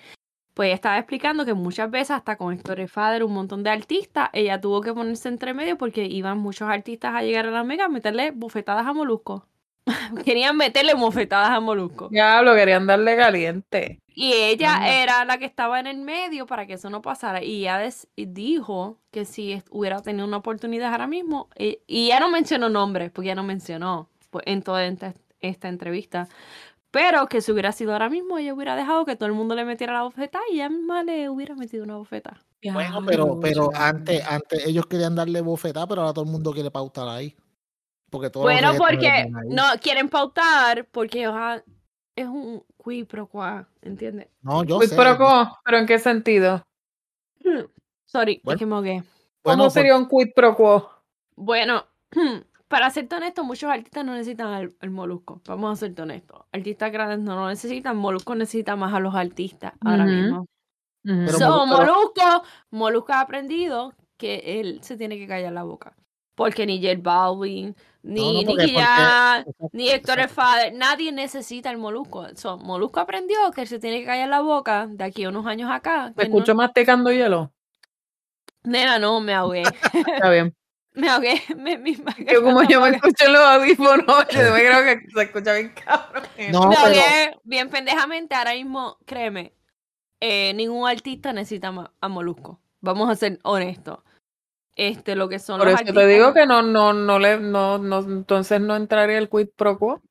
Pues ella estaba explicando que muchas veces, hasta con Héctor Fader, un montón de artistas, ella tuvo que ponerse entre medio porque iban muchos artistas a llegar a la mega a meterle bufetadas a Molusco. [LAUGHS] Querían meterle bufetadas a Molusco. Diablo, querían darle caliente. Y ella Anda. era la que estaba en el medio para que eso no pasara. Y ella des- y dijo que si est- hubiera tenido una oportunidad ahora mismo, eh, y ya no mencionó nombres, porque ya no mencionó pues, en toda esta, esta entrevista, pero que si hubiera sido ahora mismo, ella hubiera dejado que todo el mundo le metiera la bofetada y ella misma le hubiera metido una bofetada. Bueno, pero, pero antes, antes ellos querían darle bofetada, pero ahora todo el mundo quiere pautar ahí. Porque todos los Bueno, reggaetoneros porque van ahí. no quieren pautar, porque ajá, es un qui pro quo, ¿entiendes? [CLEARS THROAT] No, yo Uy, sé. pero, ¿cómo? ¿Pero en qué sentido? Sorry, es Bueno. que me ahogué. ¿Cómo Bueno, pues por- sería un quid pro quo? Bueno, [CLEARS THROAT] para serte honesto, muchos artistas no necesitan al, al molusco. Vamos a serte honestos. Artistas grandes no lo necesitan. Molusco necesita más a los artistas ahora Ujú. mismo. Ujú. Pero so, Molu- pero- Molusco, Molusco ha aprendido que él se tiene que callar la boca. Porque ni J Balvin, No, no, ni porque- Nicky Jam, porque- ni Héctor el Father, nadie necesita el Molusco. So, Molusco aprendió que él se tiene que callar la boca de aquí a unos años acá. ¿Me que no- escucho masticando hielo? Nena, no, me ahogué. Está bien. Me ahogué. [LAUGHS] Me, mi- [LAUGHS] [LAUGHS] Yo como yo me [LAUGHS] me- escucho en los audífonos, yo me creo que se escucha bien cabrón. No, No, pero- que bien pendejamente, ahora mismo, créeme, eh, ningún artista necesita ma- a Molusco. Vamos a ser honestos. Este, lo que son Por los eso artistas. te digo que no, no, no le, no, no, entonces no entraría el quid pro quo.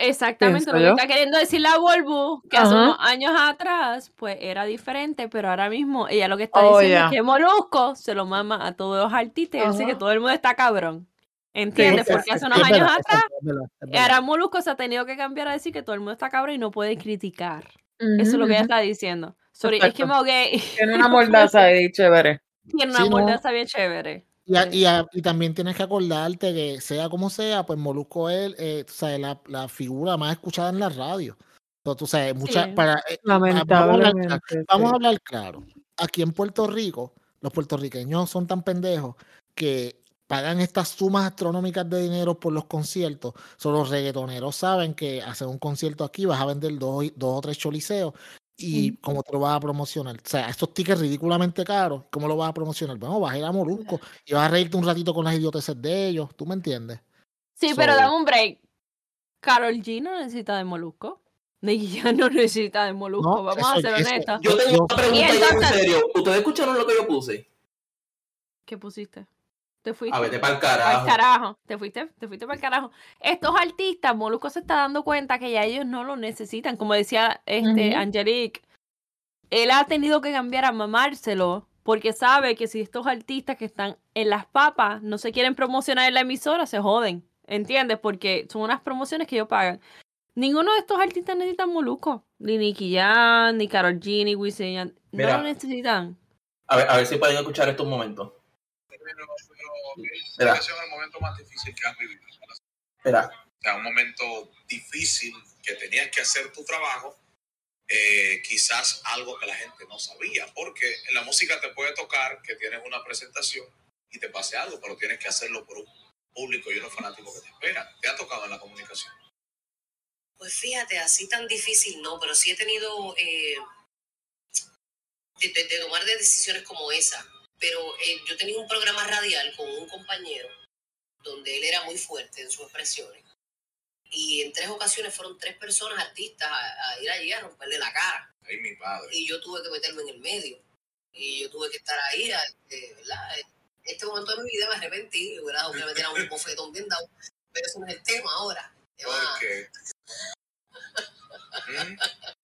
Exactamente, pienso lo que yo. está queriendo decir la Volvo, que hace Ajá. unos años atrás, pues era diferente, pero ahora mismo ella lo que está Oh, diciendo ya. es que Molusco se lo mama a todos los artistas y él dice que Ajá. todo el mundo está cabrón. Sí, ¿Entiendes? sí, Porque sí, hace sí, unos es años verdad, es atrás, verdad, es verdad. ahora Molusco se ha tenido que cambiar a decir que todo el mundo está cabrón y no puede criticar. Eso es lo que ella está diciendo. Sorry, es que Exacto. me ahogué. y [LAUGHS] Tiene una mordaza ahí, chévere. Tiene una Sí, no. mordaza bien chévere. Y, a- y a- y también tienes que acordarte que sea como sea, pues Molusco es eh, tú sabes, la, la figura más escuchada en la radio. Entonces, tú sabes, Sí. muchas, para, eh, Lamentablemente. vamos a sí. hablar claro. Aquí en Puerto Rico, los puertorriqueños son tan pendejos que pagan estas sumas astronómicas de dinero por los conciertos. So, los reggaetoneros saben que hacer un concierto aquí vas a vender dos, y- dos o tres choliseos y cómo te lo vas a promocionar. O sea, estos tickets ridículamente caros, ¿cómo lo vas a promocionar? Bueno, vas a ir a Molusco y vas a reírte un ratito con las idioteces de ellos. ¿Tú me entiendes? Sí, pero So- dame un break. Carol G no necesita de molusco. Nicky Jam [LAUGHS] no necesita de molusco. No, Vamos a eso- ser eso- honestas. Yo tengo Yo- una pregunta Y ya en entonces- serio. ¿Ustedes escucharon lo que yo puse? ¿Qué pusiste? ¿Te fuiste? A vete para el Para el carajo. carajo. Te fuiste, te fuiste para el carajo. Estos artistas, Molusco se está dando cuenta que ya ellos no lo necesitan. Como decía este Ujú. Angelique, él ha tenido que cambiar a mamárselo porque sabe que si estos artistas que están en las papas no se quieren promocionar en la emisora, se joden. ¿Entiendes? Porque son unas promociones que ellos pagan. Ninguno de estos artistas necesitan Molusco. Ni Nicky Jam, ni Karol G, ni Wisin. Yandel. No Mira. lo necesitan. A ver, a ver si pueden escuchar estos momentos. pero, pero Espera. ha sido el momento más difícil que has vivido. O Espera, sea, un momento difícil que tenías que hacer tu trabajo, eh, quizás algo que la gente no sabía, porque en la música te puede tocar que tienes una presentación y te pase algo, pero tienes que hacerlo por un público y unos fanáticos que te esperan. Te ha tocado en la comunicación. Pues fíjate, así tan difícil no, pero sí he tenido eh, de, de- de tomar de decisiones como esa. Pero eh, yo tenía un programa radial con un compañero donde él era muy fuerte en sus expresiones. Y en tres ocasiones fueron tres personas artistas a, a ir allí a romperle la cara. Ay, mi padre. Y yo tuve que meterme en el medio. Y yo tuve que estar ahí, a- eh, ¿verdad? En este momento de mi vida me arrepentí. Me hubiera dado que me metieran un bofetón bien dado. Pero eso no es el tema ahora. El tema- Porque... ¿Mm?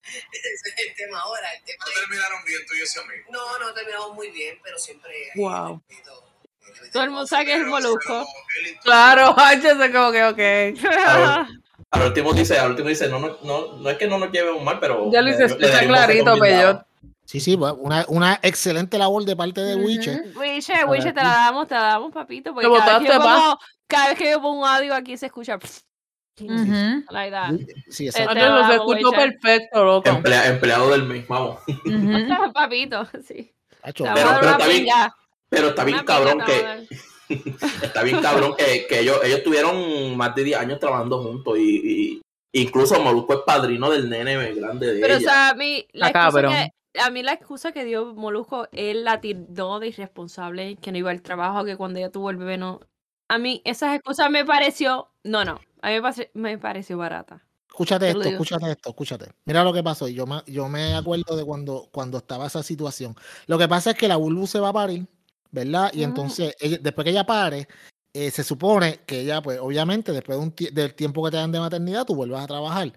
Ese es el tema ahora, el tema No de- terminaron bien tú y ese amigo. No, no terminamos muy bien, pero siempre... ahí Wow. le meto- le meto- Todo el mundo sabe que es el Pero- Molusco. pero él y tú- Claro, [LAUGHS] ay, yo sé como que, ok. [LAUGHS] A al último dice, al último dice, no, no, no, no es que no nos llevemos mal, pero. Ya lo hice, le- está le daremos clarito, un recomendado. Sí, sí, pues, una, una excelente labor de parte de Wiche. Wiche, Para Wiche, te la damos, te la damos, papito. Porque Te cada, vez que yo botaste, pa. pongo, cada vez que yo pongo un audio aquí se escucha. Ujú. like that. Sí, Te Ah, exacto. Eh, no, Se amo, escuchó Wicha. perfecto, loco. Emplea- empleado del mes, vamos. Ujú. papito, [LAUGHS] sí. Hacho, Te vamos Pero- a dar pero una está bien, pinga. Pero está bien una pinga cabrón te vamos a que, dar. está bien cabrón que, que ellos, ellos tuvieron más de 10 años trabajando juntos y, y- incluso Molusco es padrino del nene grande de Pero, o ella. sea, a mí, la Está excusa cabrón. que- a mí la excusa que dio Molusco, él la tildó de irresponsable, que no iba al trabajo, que cuando ella tuvo el bebé no. A mí, esas excusas me pareció. No, no. A mí me, pare- me pareció barata. Escúchate Te lo esto, digo. escúchate esto, escúchate. Mira lo que pasó. Yo me, yo me acuerdo de cuando, cuando estaba esa situación. Lo que pasa es que la Bulbu se va a parir, ¿verdad? Y Ujú. entonces, ella- después que ella pare, eh, se supone que ella, pues obviamente, después de un tie- del tiempo que te dan de maternidad, tú vuelvas a trabajar.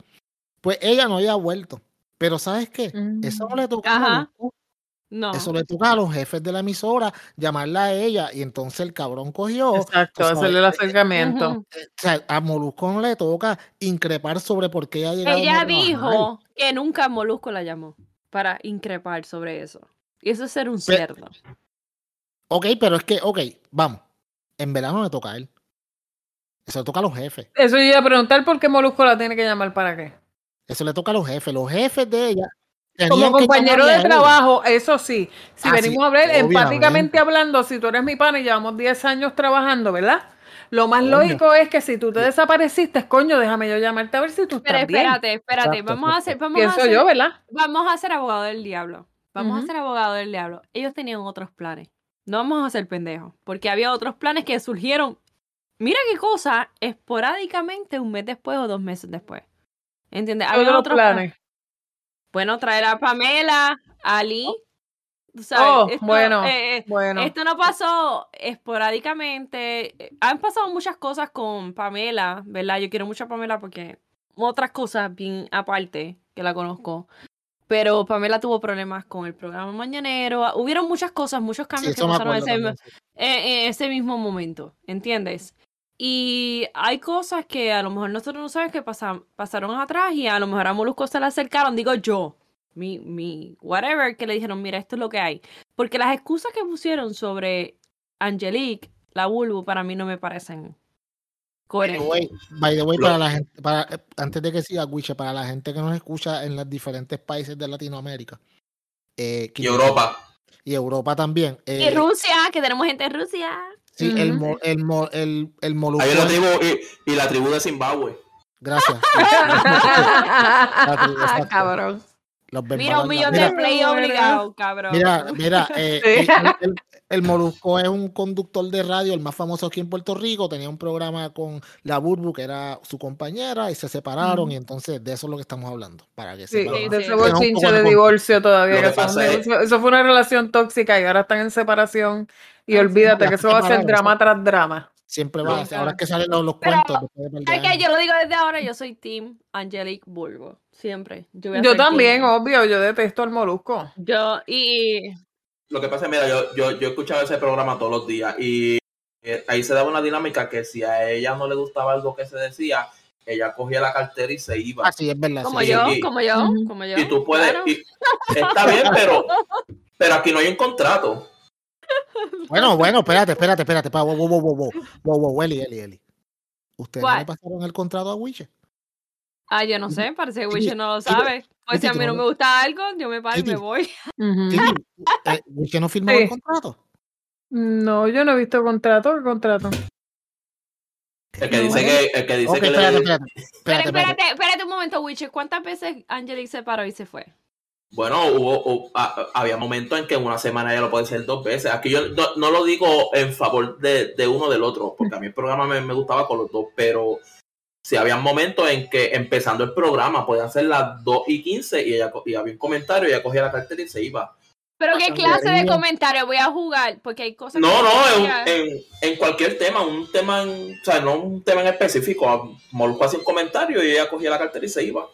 Pues ella no había vuelto. Pero ¿sabes qué? Eso no le toca a Ajá. Molusco, No. Eso le toca a los jefes de la emisora, llamarla a ella. Y entonces el cabrón cogió. Exacto, tú sabes, hacerle el acercamiento. Ujú. eh, o sea, a Molusco no le toca increpar sobre por qué ella ha llegado. Ella no a trabajar. dijo que nunca Molusco la llamó para increpar sobre eso. Y eso es ser un Pe- cerdo. Ok, pero es que, ok, vamos. En verano le toca a él. Eso le toca a los jefes. Eso yo iba a preguntar por qué Molusco la tiene que llamar para qué. Eso le toca a los jefes. Los jefes de ella. Como tenían que compañero llamarle a de él. trabajo, eso sí. Si Ah, sí, venimos a hablar obviamente. empáticamente hablando, si tú eres mi pana y llevamos 10 años trabajando, ¿verdad? Lo más Coño. lógico es que si tú te desapareciste, coño, déjame yo llamarte a ver si tú Pero estás bien. espérate, espérate. Exacto, vamos a hacer, exacto. vamos a Pienso hacer, yo, ¿verdad? vamos a ser abogado del diablo. Vamos Ujú. a ser abogado del diablo. Ellos tenían otros planes. No vamos a ser pendejos. Porque había otros planes que surgieron. Mira qué cosa, esporádicamente un mes después o dos meses después. ¿Entiendes? Había Otros otros planes. planes. Bueno, traer a Pamela, a Ali. tú sabes, Oh, esto, bueno. eh, eh, Bueno, [LAUGHS] Esto no pasó esporádicamente. eh, Han pasado muchas cosas con Pamela, ¿verdad? Yo quiero mucho a Pamela porque otras cosas bien aparte que la conozco. Pero Pamela tuvo problemas con el programa mañanero. ah, Hubieron muchas cosas, muchos Sí, cambios que eso me pasaron acuerdo. ese, también, sí. eh, eh, ese mismo momento, ¿entiendes? Y hay cosas que a lo mejor nosotros no sabemos que pasa- pasaron atrás y a lo mejor a Molusco se le acercaron, digo yo, mi, mi, whatever, que le dijeron, mira, esto es lo que hay. Porque las excusas que pusieron sobre Angelique, la Bulbu, para mí no me parecen Correcto. By the way, by the way, Lo- para la gente, para, eh, antes de que siga, Guiche, para la gente que nos escucha en los diferentes países de Latinoamérica eh, Y Europa. y Europa también. Y eh, Rusia, que tenemos gente en Rusia. sí, el, Ujú. mo- el, mo- el, el Hay molusco- una tribu y, y la tribu de Zimbabue. [LAUGHS] Gracias. exacto. Cabrón. Los Mira, un Bembalanga. millón Mira, de play obligado, cabrón. pues, Mira, [LAUGHS] mira, eh, Sí. el, el- el Molusco es un conductor de radio, el más famoso aquí en Puerto Rico. Tenía un programa con la Burbu, que era su compañera, y se separaron. Ujú. Y entonces de eso es lo que estamos hablando. Para que Sí, sepan más. de sí. ese bochinche de divorcio todavía. Lo que que son pasa de- es- eso, eso fue una relación tóxica y ahora están en separación. Y Ah, sí. olvídate Ya que eso va a ser separaron, drama tras drama. Siempre va. Sí, a ser- claro. Ahora es que salen los, los Pero, cuentos. después de un par de Es que años. yo lo digo desde ahora, yo soy Team Angelique Bulbo. Siempre. voy a Yo ser también, team- obvio, yo detesto al molusco. Yo, y. Lo que pasa es, mira, yo, yo, yo escuchaba ese programa todos los días y eh, ahí se daba una dinámica que si a ella no le gustaba algo que se decía, ella cogía la cartera y se iba. Ah, sí, es verdad. Como sí, yo, y- como yo, Ujú. como yo. Y tú puedes. claro. y- está bien, pero, pero aquí no hay un contrato. Bueno, bueno, espérate, espérate, espérate. Pa, wow, wow, wow, wow, wow, wow, wow, Eli, Eli, Eli. ¿Ustedes no What? le pasaron el contrato a Wiche? Ah, yo no sé, parece que Titi, Wiche [LAUGHS] no lo Titi, sabe. Pues si Titi, a mí tú no no- me gusta algo, yo me paro y me Titi. [LAUGHS] voy. Ujú. Sí, eh, Wiche no firmó el Sí. contrato. No, yo no he visto contrato. ¿Qué contrato? El que No. dice que, el que, dice Ok, que le- espérate, espérate. Pero espérate, espérate. espérate, espérate un momento, Wiche. ¿Cuántas veces Angelique se paró y se fue? Bueno, hubo, hubo- a- a- había momentos en que en una semana ya lo puede hacer dos veces. Aquí yo no, no lo digo en favor de, de uno o del otro, porque a mí el programa me, me gustaba con los dos, pero si había momentos en que empezando el programa podían ser las 2 y 15 y, ella, co- y había un comentario, ella cogía la cartera y se iba. Pero qué clase de Candelaria. comentario voy a jugar, porque hay cosas No, que no, en, sabía. en- en cualquier tema, un tema, en- o sea, no un tema en específico. Molusco hacía un comentario y ella cogía la cartera y se iba.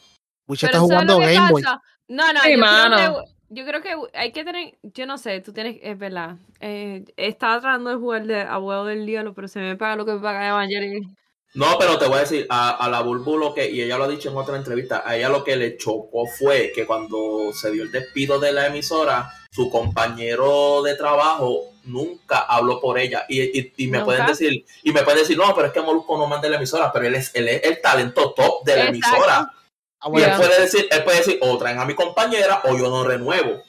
Wiche Pero ¿sabes está lo jugando que Game Boy. pasa? No, no, Sí, yo, creo mano. que, yo creo que hay que tener, yo no sé, tú tienes, es verdad. Eh, estaba tratando de jugar de abuelo del diablo, pero se me paga lo que me paga Evangelique. No, pero te voy a decir, a, a la Bulbu lo que, y ella lo ha dicho en otra entrevista, a ella lo que le chocó fue que cuando se dio el despido de la emisora, su compañero de trabajo nunca habló por ella. Y, y- y me Nunca. pueden decir, y me pueden decir, no, pero es que Molusco no manda la emisora, pero él es, él es el talento top de la Exacto. emisora. Ah, Y bueno, él Ya. puede decir, él puede decir, o traen a mi compañera o yo no renuevo.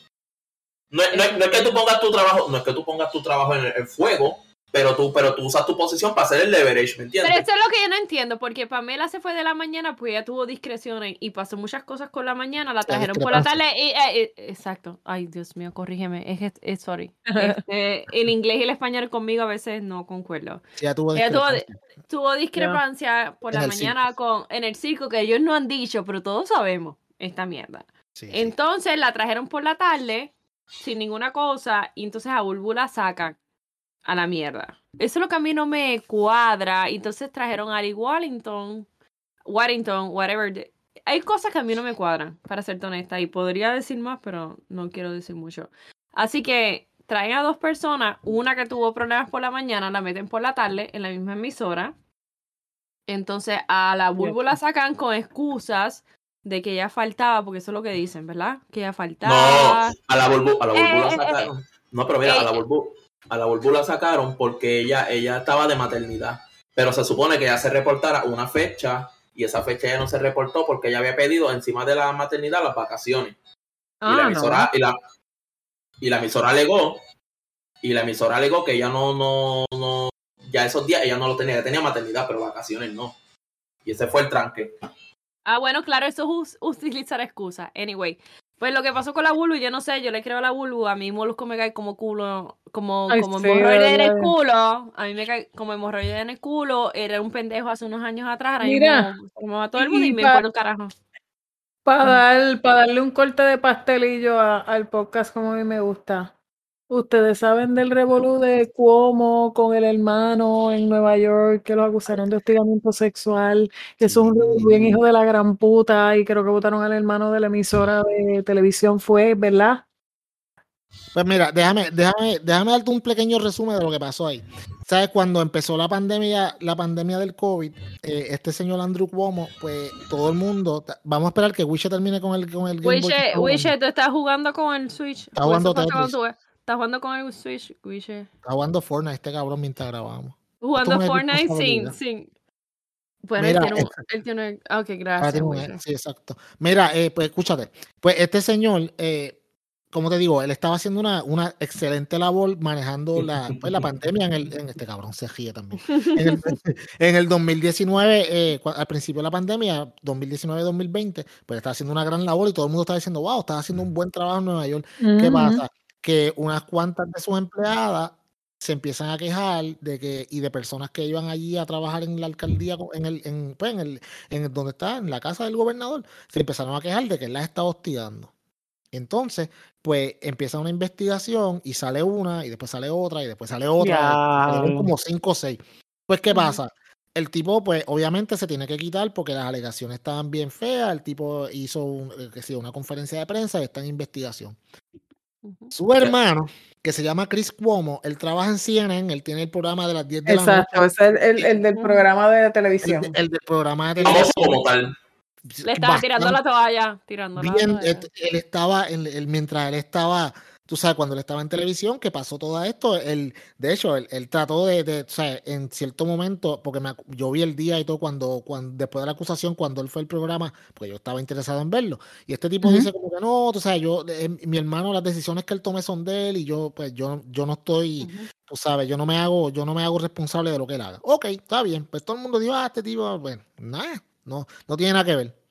No, es- no es- no es que tú pongas tu trabajo, no es que tú pongas tu trabajo en el en fuego, pero tú, pero tú usas tu posición para hacer el leverage, ¿me entiendes? Pero eso es lo que yo no entiendo, porque Pamela se fue de la mañana, pues ella tuvo discreciones y pasó muchas cosas con la mañana, la trajeron por la tarde y... eh, eh, exacto. Ay, Dios mío, corrígeme. Es, que- es- sorry. Este, el inglés y el español conmigo a veces no concuerdo. sí, ya tuvo Ella tuvo- discrepancia. Tuvo discrepancia por En la el circo. mañana con, en el circo, que ellos no han dicho, pero todos sabemos esta mierda. Sí, sí. Entonces la trajeron por la tarde, sin ninguna cosa, y entonces a Bulbu la sacan a la mierda. Eso es lo que a mí no me cuadra. y Entonces trajeron a Ari Wellington, Warrington, whatever. the- Hay cosas que a mí no me cuadran, para ser honesta, y podría decir más, pero no quiero decir mucho. Así que traen a dos personas, una que tuvo problemas por la mañana, la meten por la tarde en la misma emisora. Entonces a la Bulbu la sacan con excusas de que ella faltaba, porque eso es lo que dicen, ¿verdad? Que ella faltaba. No, a la Bulbu, a la Bulbu la Eh, eh, eh. sacaron. No, pero mira, a la Eh. Bulbu, a la Bulbu la sacaron porque ella, ella estaba de maternidad. Pero se supone que ya se reportara una fecha y esa fecha ya no se reportó porque ella había pedido encima de la maternidad las vacaciones. y, la Ah, no. emisora, y, la, y la emisora alegó y la emisora alegó que ella no, no, no, ya esos días ella no lo tenía, ella tenía maternidad, pero vacaciones no. Y ese fue el tranque. Ah, bueno, claro, eso es us- utilizar excusas. Anyway, pues lo que pasó con la Bulbu, yo no sé, yo le creo a la Bulbu, a mí Molusco me cae como culo, como, Ay, como sí, hemorroide en el verdad. culo, a mí me cae como hemorroide en el culo, era un pendejo hace unos años atrás, ahora Mira, mismo se me va todo el mundo y y me pa- importa un carajo. Para dar, pa darle un corte de pastelillo a- al podcast como a mí me gusta. Ustedes saben del revolú de Cuomo con el hermano en Nueva York que los acusaron de hostigamiento sexual, que eso es un revolú bien hijo de la gran puta y creo que votaron al hermano de la emisora de televisión fue, ¿verdad? Pues mira, déjame, déjame, déjame darte un pequeño resumen de lo que pasó ahí. ¿Sabes? Cuando empezó la pandemia, la pandemia del COVID, eh, este señor Andrew Cuomo, pues todo el mundo, ta- vamos a esperar que Wisha termine con el con el Game Boy que Wiche, está jugando. Wiche, tú estás jugando con el Switch. Está o eso jugando pasa cuando Tetris. tú ves- Estás jugando con el Switch, Wiche. Está jugando Fortnite este cabrón mientras grabamos. Jugando una Fortnite sin, irresponsabilidad. sin. Bueno, Mira, él tiene un. esta- Él tiene, ah, ok, Ahora gracias. tiene un- Wilson. sí, exacto. Mira, eh, pues escúchate. Pues este señor, eh, como te digo, él estaba haciendo una, una excelente labor manejando la, pues, la pandemia en el, en este cabrón se ríe también. En el, [LAUGHS] en el 2019, eh, cua- al principio de la pandemia, 2019-2020, pues estaba haciendo una gran labor y todo el mundo estaba diciendo, wow, estaba haciendo un buen trabajo en Nueva York. ¿Qué pasa? Que unas cuantas de sus empleadas se empiezan a quejar de que y de personas que iban allí a trabajar en la alcaldía co- en el en, pues, en el en el- donde está en la casa del gobernador se empezaron a quejar de que él las estaba hostigando entonces pues empieza una investigación y sale una y después sale otra y después sale otra y después salieron Diablo. como cinco o seis pues qué Ujú. pasa el tipo pues obviamente se tiene que quitar porque las alegaciones estaban bien feas el tipo hizo un- eh, que sí, una conferencia de prensa y está en investigación Ujú. su hermano, que se llama Chris Cuomo, él trabaja en CNN, él tiene el programa de las 10 de la noche, Exacto, es el, el- el del programa de televisión. el, de- el del programa de Famoso televisión. como tal. Le estaba tirando la bastante toalla. Tirando la bien, eh, toalla. et- él estaba, él- él- mientras él estaba, tú sabes, cuando él estaba en televisión, que pasó todo esto, él, de hecho, él, él trató de, de, o sea, en cierto momento, porque me acu- yo vi el día y todo, cuando, cuando, después de la acusación, cuando él fue al programa, porque yo estaba interesado en verlo, y este tipo Ujú. dice como que no, tú sabes, yo, eh, mi hermano, las decisiones que él tome son de él, y yo, pues, yo, yo no estoy Ujú. tú sabes, yo no me hago, yo no me hago responsable de lo que él haga. Ok, está bien. Pues todo el mundo dijo, ah, este tipo, bueno, nada, no, no tiene nada que ver.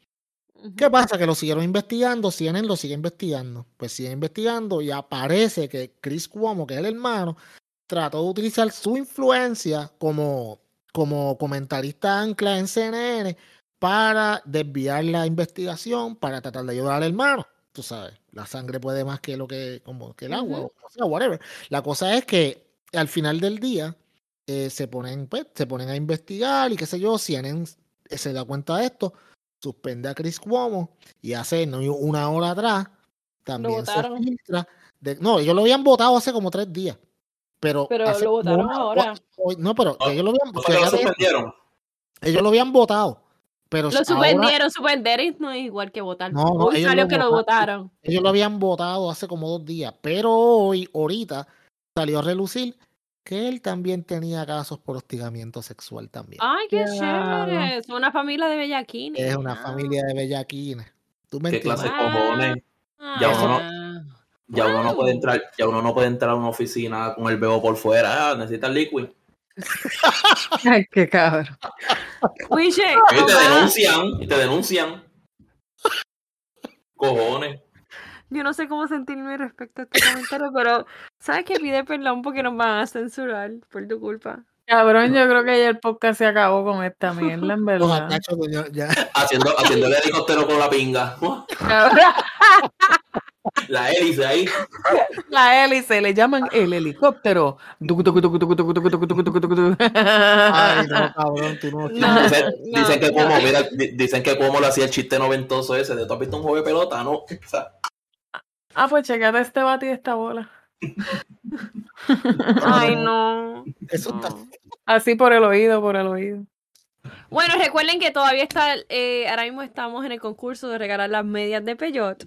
Ujú. ¿Qué pasa? Que lo siguieron investigando, CNN lo sigue investigando. Pues sigue investigando y aparece que Chris Cuomo, que es el hermano, trató de utilizar su influencia como, como comentarista ancla en CNN para desviar la investigación, para tratar de ayudar al hermano. Tú sabes, la sangre puede más que lo que, como que el agua, Ujú. o como sea, whatever. La cosa es que al final del día eh, se, ponen, pues, se ponen a investigar y qué sé yo, CNN se da cuenta de esto, suspende a Chris Cuomo y hace no, una hora atrás también se votaron. filtra. de- no, ellos lo habían votado hace como tres días. Pero, Pero hace lo como votaron una- ahora. hoy- no, pero Ah, ellos lo habían, ¿Por qué lo fíjate, suspendieron? ellos lo habían votado. Pero Lo ahora suspendieron, suspender no es igual que votar. No, no, Hoy ellos salió lo que lo votaron. votaron. ellos lo habían votado hace como dos días. Pero hoy, ahorita, salió a relucir que él también tenía casos por hostigamiento sexual también. Ay, qué Diablo. chévere. Es una familia de bellaquines. es una Ah, familia de bellaquines. ¿Tú me ¿Qué entiendes? clase de Ah. cojones? Ya uno Ya uno no Wow. puede entrar, ya uno no puede entrar a una oficina con el bebo por fuera. Ah, necesitas liquid. [LAUGHS] Ay, qué cabrón. Wiche, Y te ojalá- denuncian, y te denuncian. Cojones. yo no sé cómo sentirme respecto a este comentario, pero sabes que pide perdón porque nos van a censurar por tu culpa. Cabrón, yo creo que ya el podcast se acabó con esta mierda, en Los verdad. atachos de- ya- ya. Haciendo, haciendo el helicóptero con [LAUGHS] la pinga. Uah, Cabrón, La hélice ahí. La hélice le llaman el helicóptero. Tucu, tucu, tucu, tucu, tucu, tucu, tucu, tucu, tucu, tucu. [LAUGHS] Ay, no, cabrón, tú no. No. Dicen, dicen que no. como, mira, di- dicen que como lo hacía el chiste noventoso ese de tú has visto un juego de pelota, ¿no? O sea, Ah, pues checate este bate y esta bola. Ay, no. Eso está no. Así por el oído, por el oído. Bueno, recuerden que todavía está, eh, ahora mismo estamos en el concurso de regalar las medias de Peyot.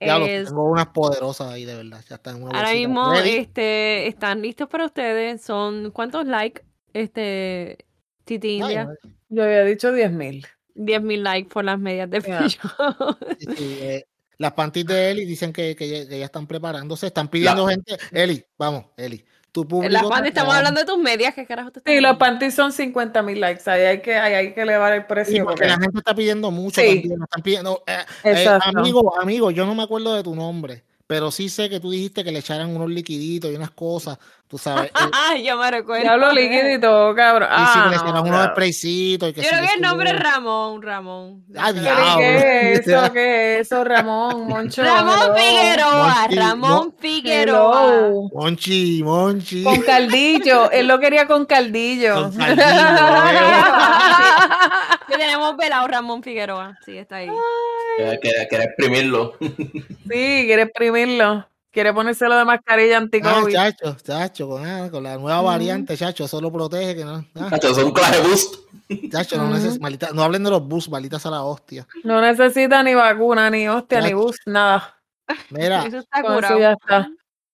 Ya lo Es- tengo unas poderosas ahí, de verdad. Ya están en una Ahora bolsita mismo ready. este, están listos para ustedes. Son cuántos likes, este, Titi Ay, India. madre. Yo había dicho 10.000. 10.000 likes por las medias de Ya. Peugeot. Sí, sí, eh, las panties de Eli dicen que, que ya, que ya están preparándose. Están pidiendo gente. Eli, vamos, Eli. Tu público. En las fans te estamos ama. hablando de tus medias, ¿qué carajo te Sí, los panties son 50.000 likes. Ahí hay que, ahí hay que elevar el Sí, precio. porque porque- la gente está pidiendo mucho Sí. también, nos Están pidiendo, eh, eh, Exacto. amigo, amigo, yo no me acuerdo de tu nombre, pero sí sé que tú dijiste que le echaran unos liquiditos y unas cosas, tú sabes. eh, Ay, yo me recuerdo. Ya hablo líquido y todo, cabrón. este y sí que Ah, le no, echaran unos cabrón. spraycitos y que Yo sí, creo qué que el sé nombre yo. es Ramón, Ramón. Ah, Yo Pero, creo- diablo. ¿Qué es Literal. [LAUGHS] eso? ¿Qué es eso? Ramón, Moncho. Ramón hello. Figueroa, Monchi, Ramón Figueroa. Hello. Monchi, Monchi. Con caldillo. Él lo quería con caldillo. Con caldillo, eh. [LAUGHS] Que tenemos velado Ramón Figueroa. Sí, está ahí. eh, que- que era exprimirlo. Sí, quiere exprimirlo. Quiere ponérselo de mascarilla Ah, anti-COVID. chacho, chacho, con, ah, con la nueva variante, chacho, eso lo protege, que no, ah, Esto es un clase boost. chacho, no, neces- Ujú. maldita- no hablen de los bus, malitas a la hostia. No necesita ni vacuna, ni hostia, ni bus, nada. Mira, Eso está Con eso curado. ya está.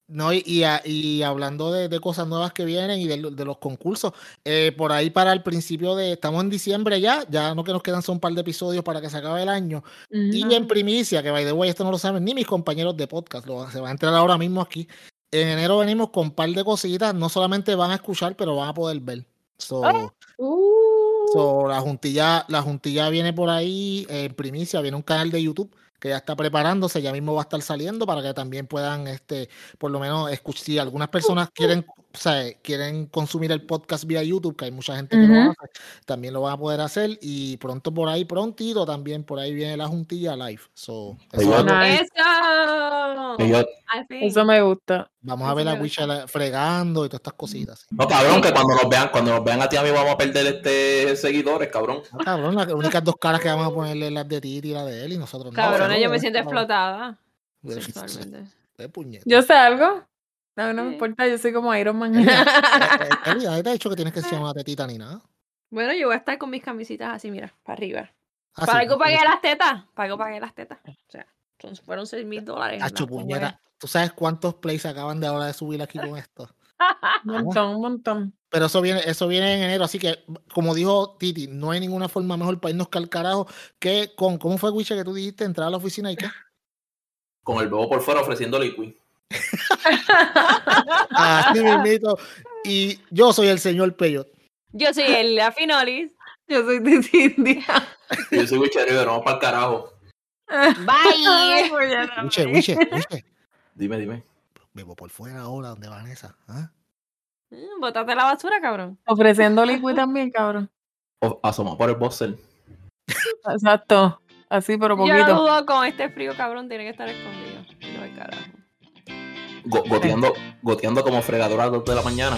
No, y, y a- y hablando de, de cosas nuevas que vienen y de, lo- de los concursos, eh, por ahí para el principio de, estamos en diciembre ya, ya no que nos quedan son un par de episodios para que se acabe el año. Y en primicia, que by the way, esto no lo saben ni mis compañeros de podcast, lo- se va a entrar ahora mismo aquí. En enero venimos con un par de cositas, no solamente van a escuchar, pero van a poder ver. So, Uh. Uh, so, la juntilla, la juntilla viene por ahí, eh, en primicia, viene un canal de YouTube que ya está preparándose, ya mismo va a estar saliendo para que también puedan, este, por lo menos, escuchar. Si algunas personas Uh. quieren, o sea, quieren consumir el podcast vía YouTube, que hay mucha gente que lo Ujú. hace, también lo van a poder hacer. Y pronto por ahí, prontito también, por ahí viene la juntilla live. So, eso Igual. es- Nice. ¡Eso! Y yo, Al fin. Eso me gusta. Vamos a Eso ver a me gusta. Mm. Wicha la- fregando y todas estas cositas. sí. no, cabrón, que cuando nos vean, cuando nos vean a ti a mí vamos a perder este seguidores, cabrón. Ah, cabrón, las únicas dos caras que vamos a ponerle es las de Titi y la de él y nosotros Cabrona, no. yo me siento explotada explotada. sexualmente. ¿Yo sé algo? No, no me Sí. importa, yo soy como Iron [LAUGHS] Man. [LAUGHS] [LAUGHS] este, Nadie te ha dicho que tienes que ser una tetita ni nada. Bueno, yo voy a estar con mis camisitas así, mira, para arriba. Ah, ¿Para sí, algo porque pagué las tetas? ¿Para algo pagué las tetas? O sea, son- fueron 6 mil dólares. Hacho, las pagué. puñeta. ¿Tú sabes cuántos plays acaban de ahora de subir aquí con esto? un Ah. montón, un montón. Pero eso viene, eso viene en enero, así que, como dijo Titi, no hay ninguna forma mejor para irnos que al carajo que con, ¿cómo fue, Wicha, que tú dijiste entrar a la oficina y qué? Con el bebo por fuera ofreciendo liquid. Ah, [LAUGHS] Así mismito. Y yo soy el señor Peyot. Yo soy el Afinolis. Yo soy [LAUGHS] de Cindy. [LAUGHS] Yo soy Witcher River, vamos para el carajo. Bye. pues Wiche, Wiche, Wiche. Dime, dime. Vivo por fuera ahora, donde Vanessa. ¿Ah? Mm, Bótate la basura, cabrón. Ofreciendo liquid también, cabrón. O- Asoma por el boxer. Exacto. Así, pero Yo no poquito. dudo con este frío, cabrón, tiene que estar escondido. No, el carajo. [LAUGHS] Go- goteando, goteando como fregadora a las 2 de la mañana.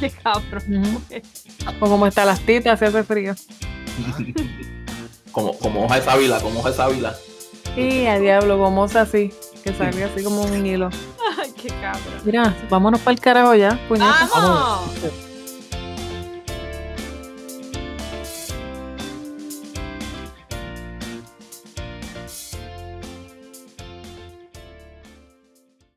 Qué cabrón. Ujú. O como está las titas, si hace frío. Como, como hoja de sábila, como hoja de sábila. Y a diablo, gomosa así, que sale así como un hilo. Ay, qué cabrón. Mira, vámonos para el carajo ya. puñeta. ¡Vamos!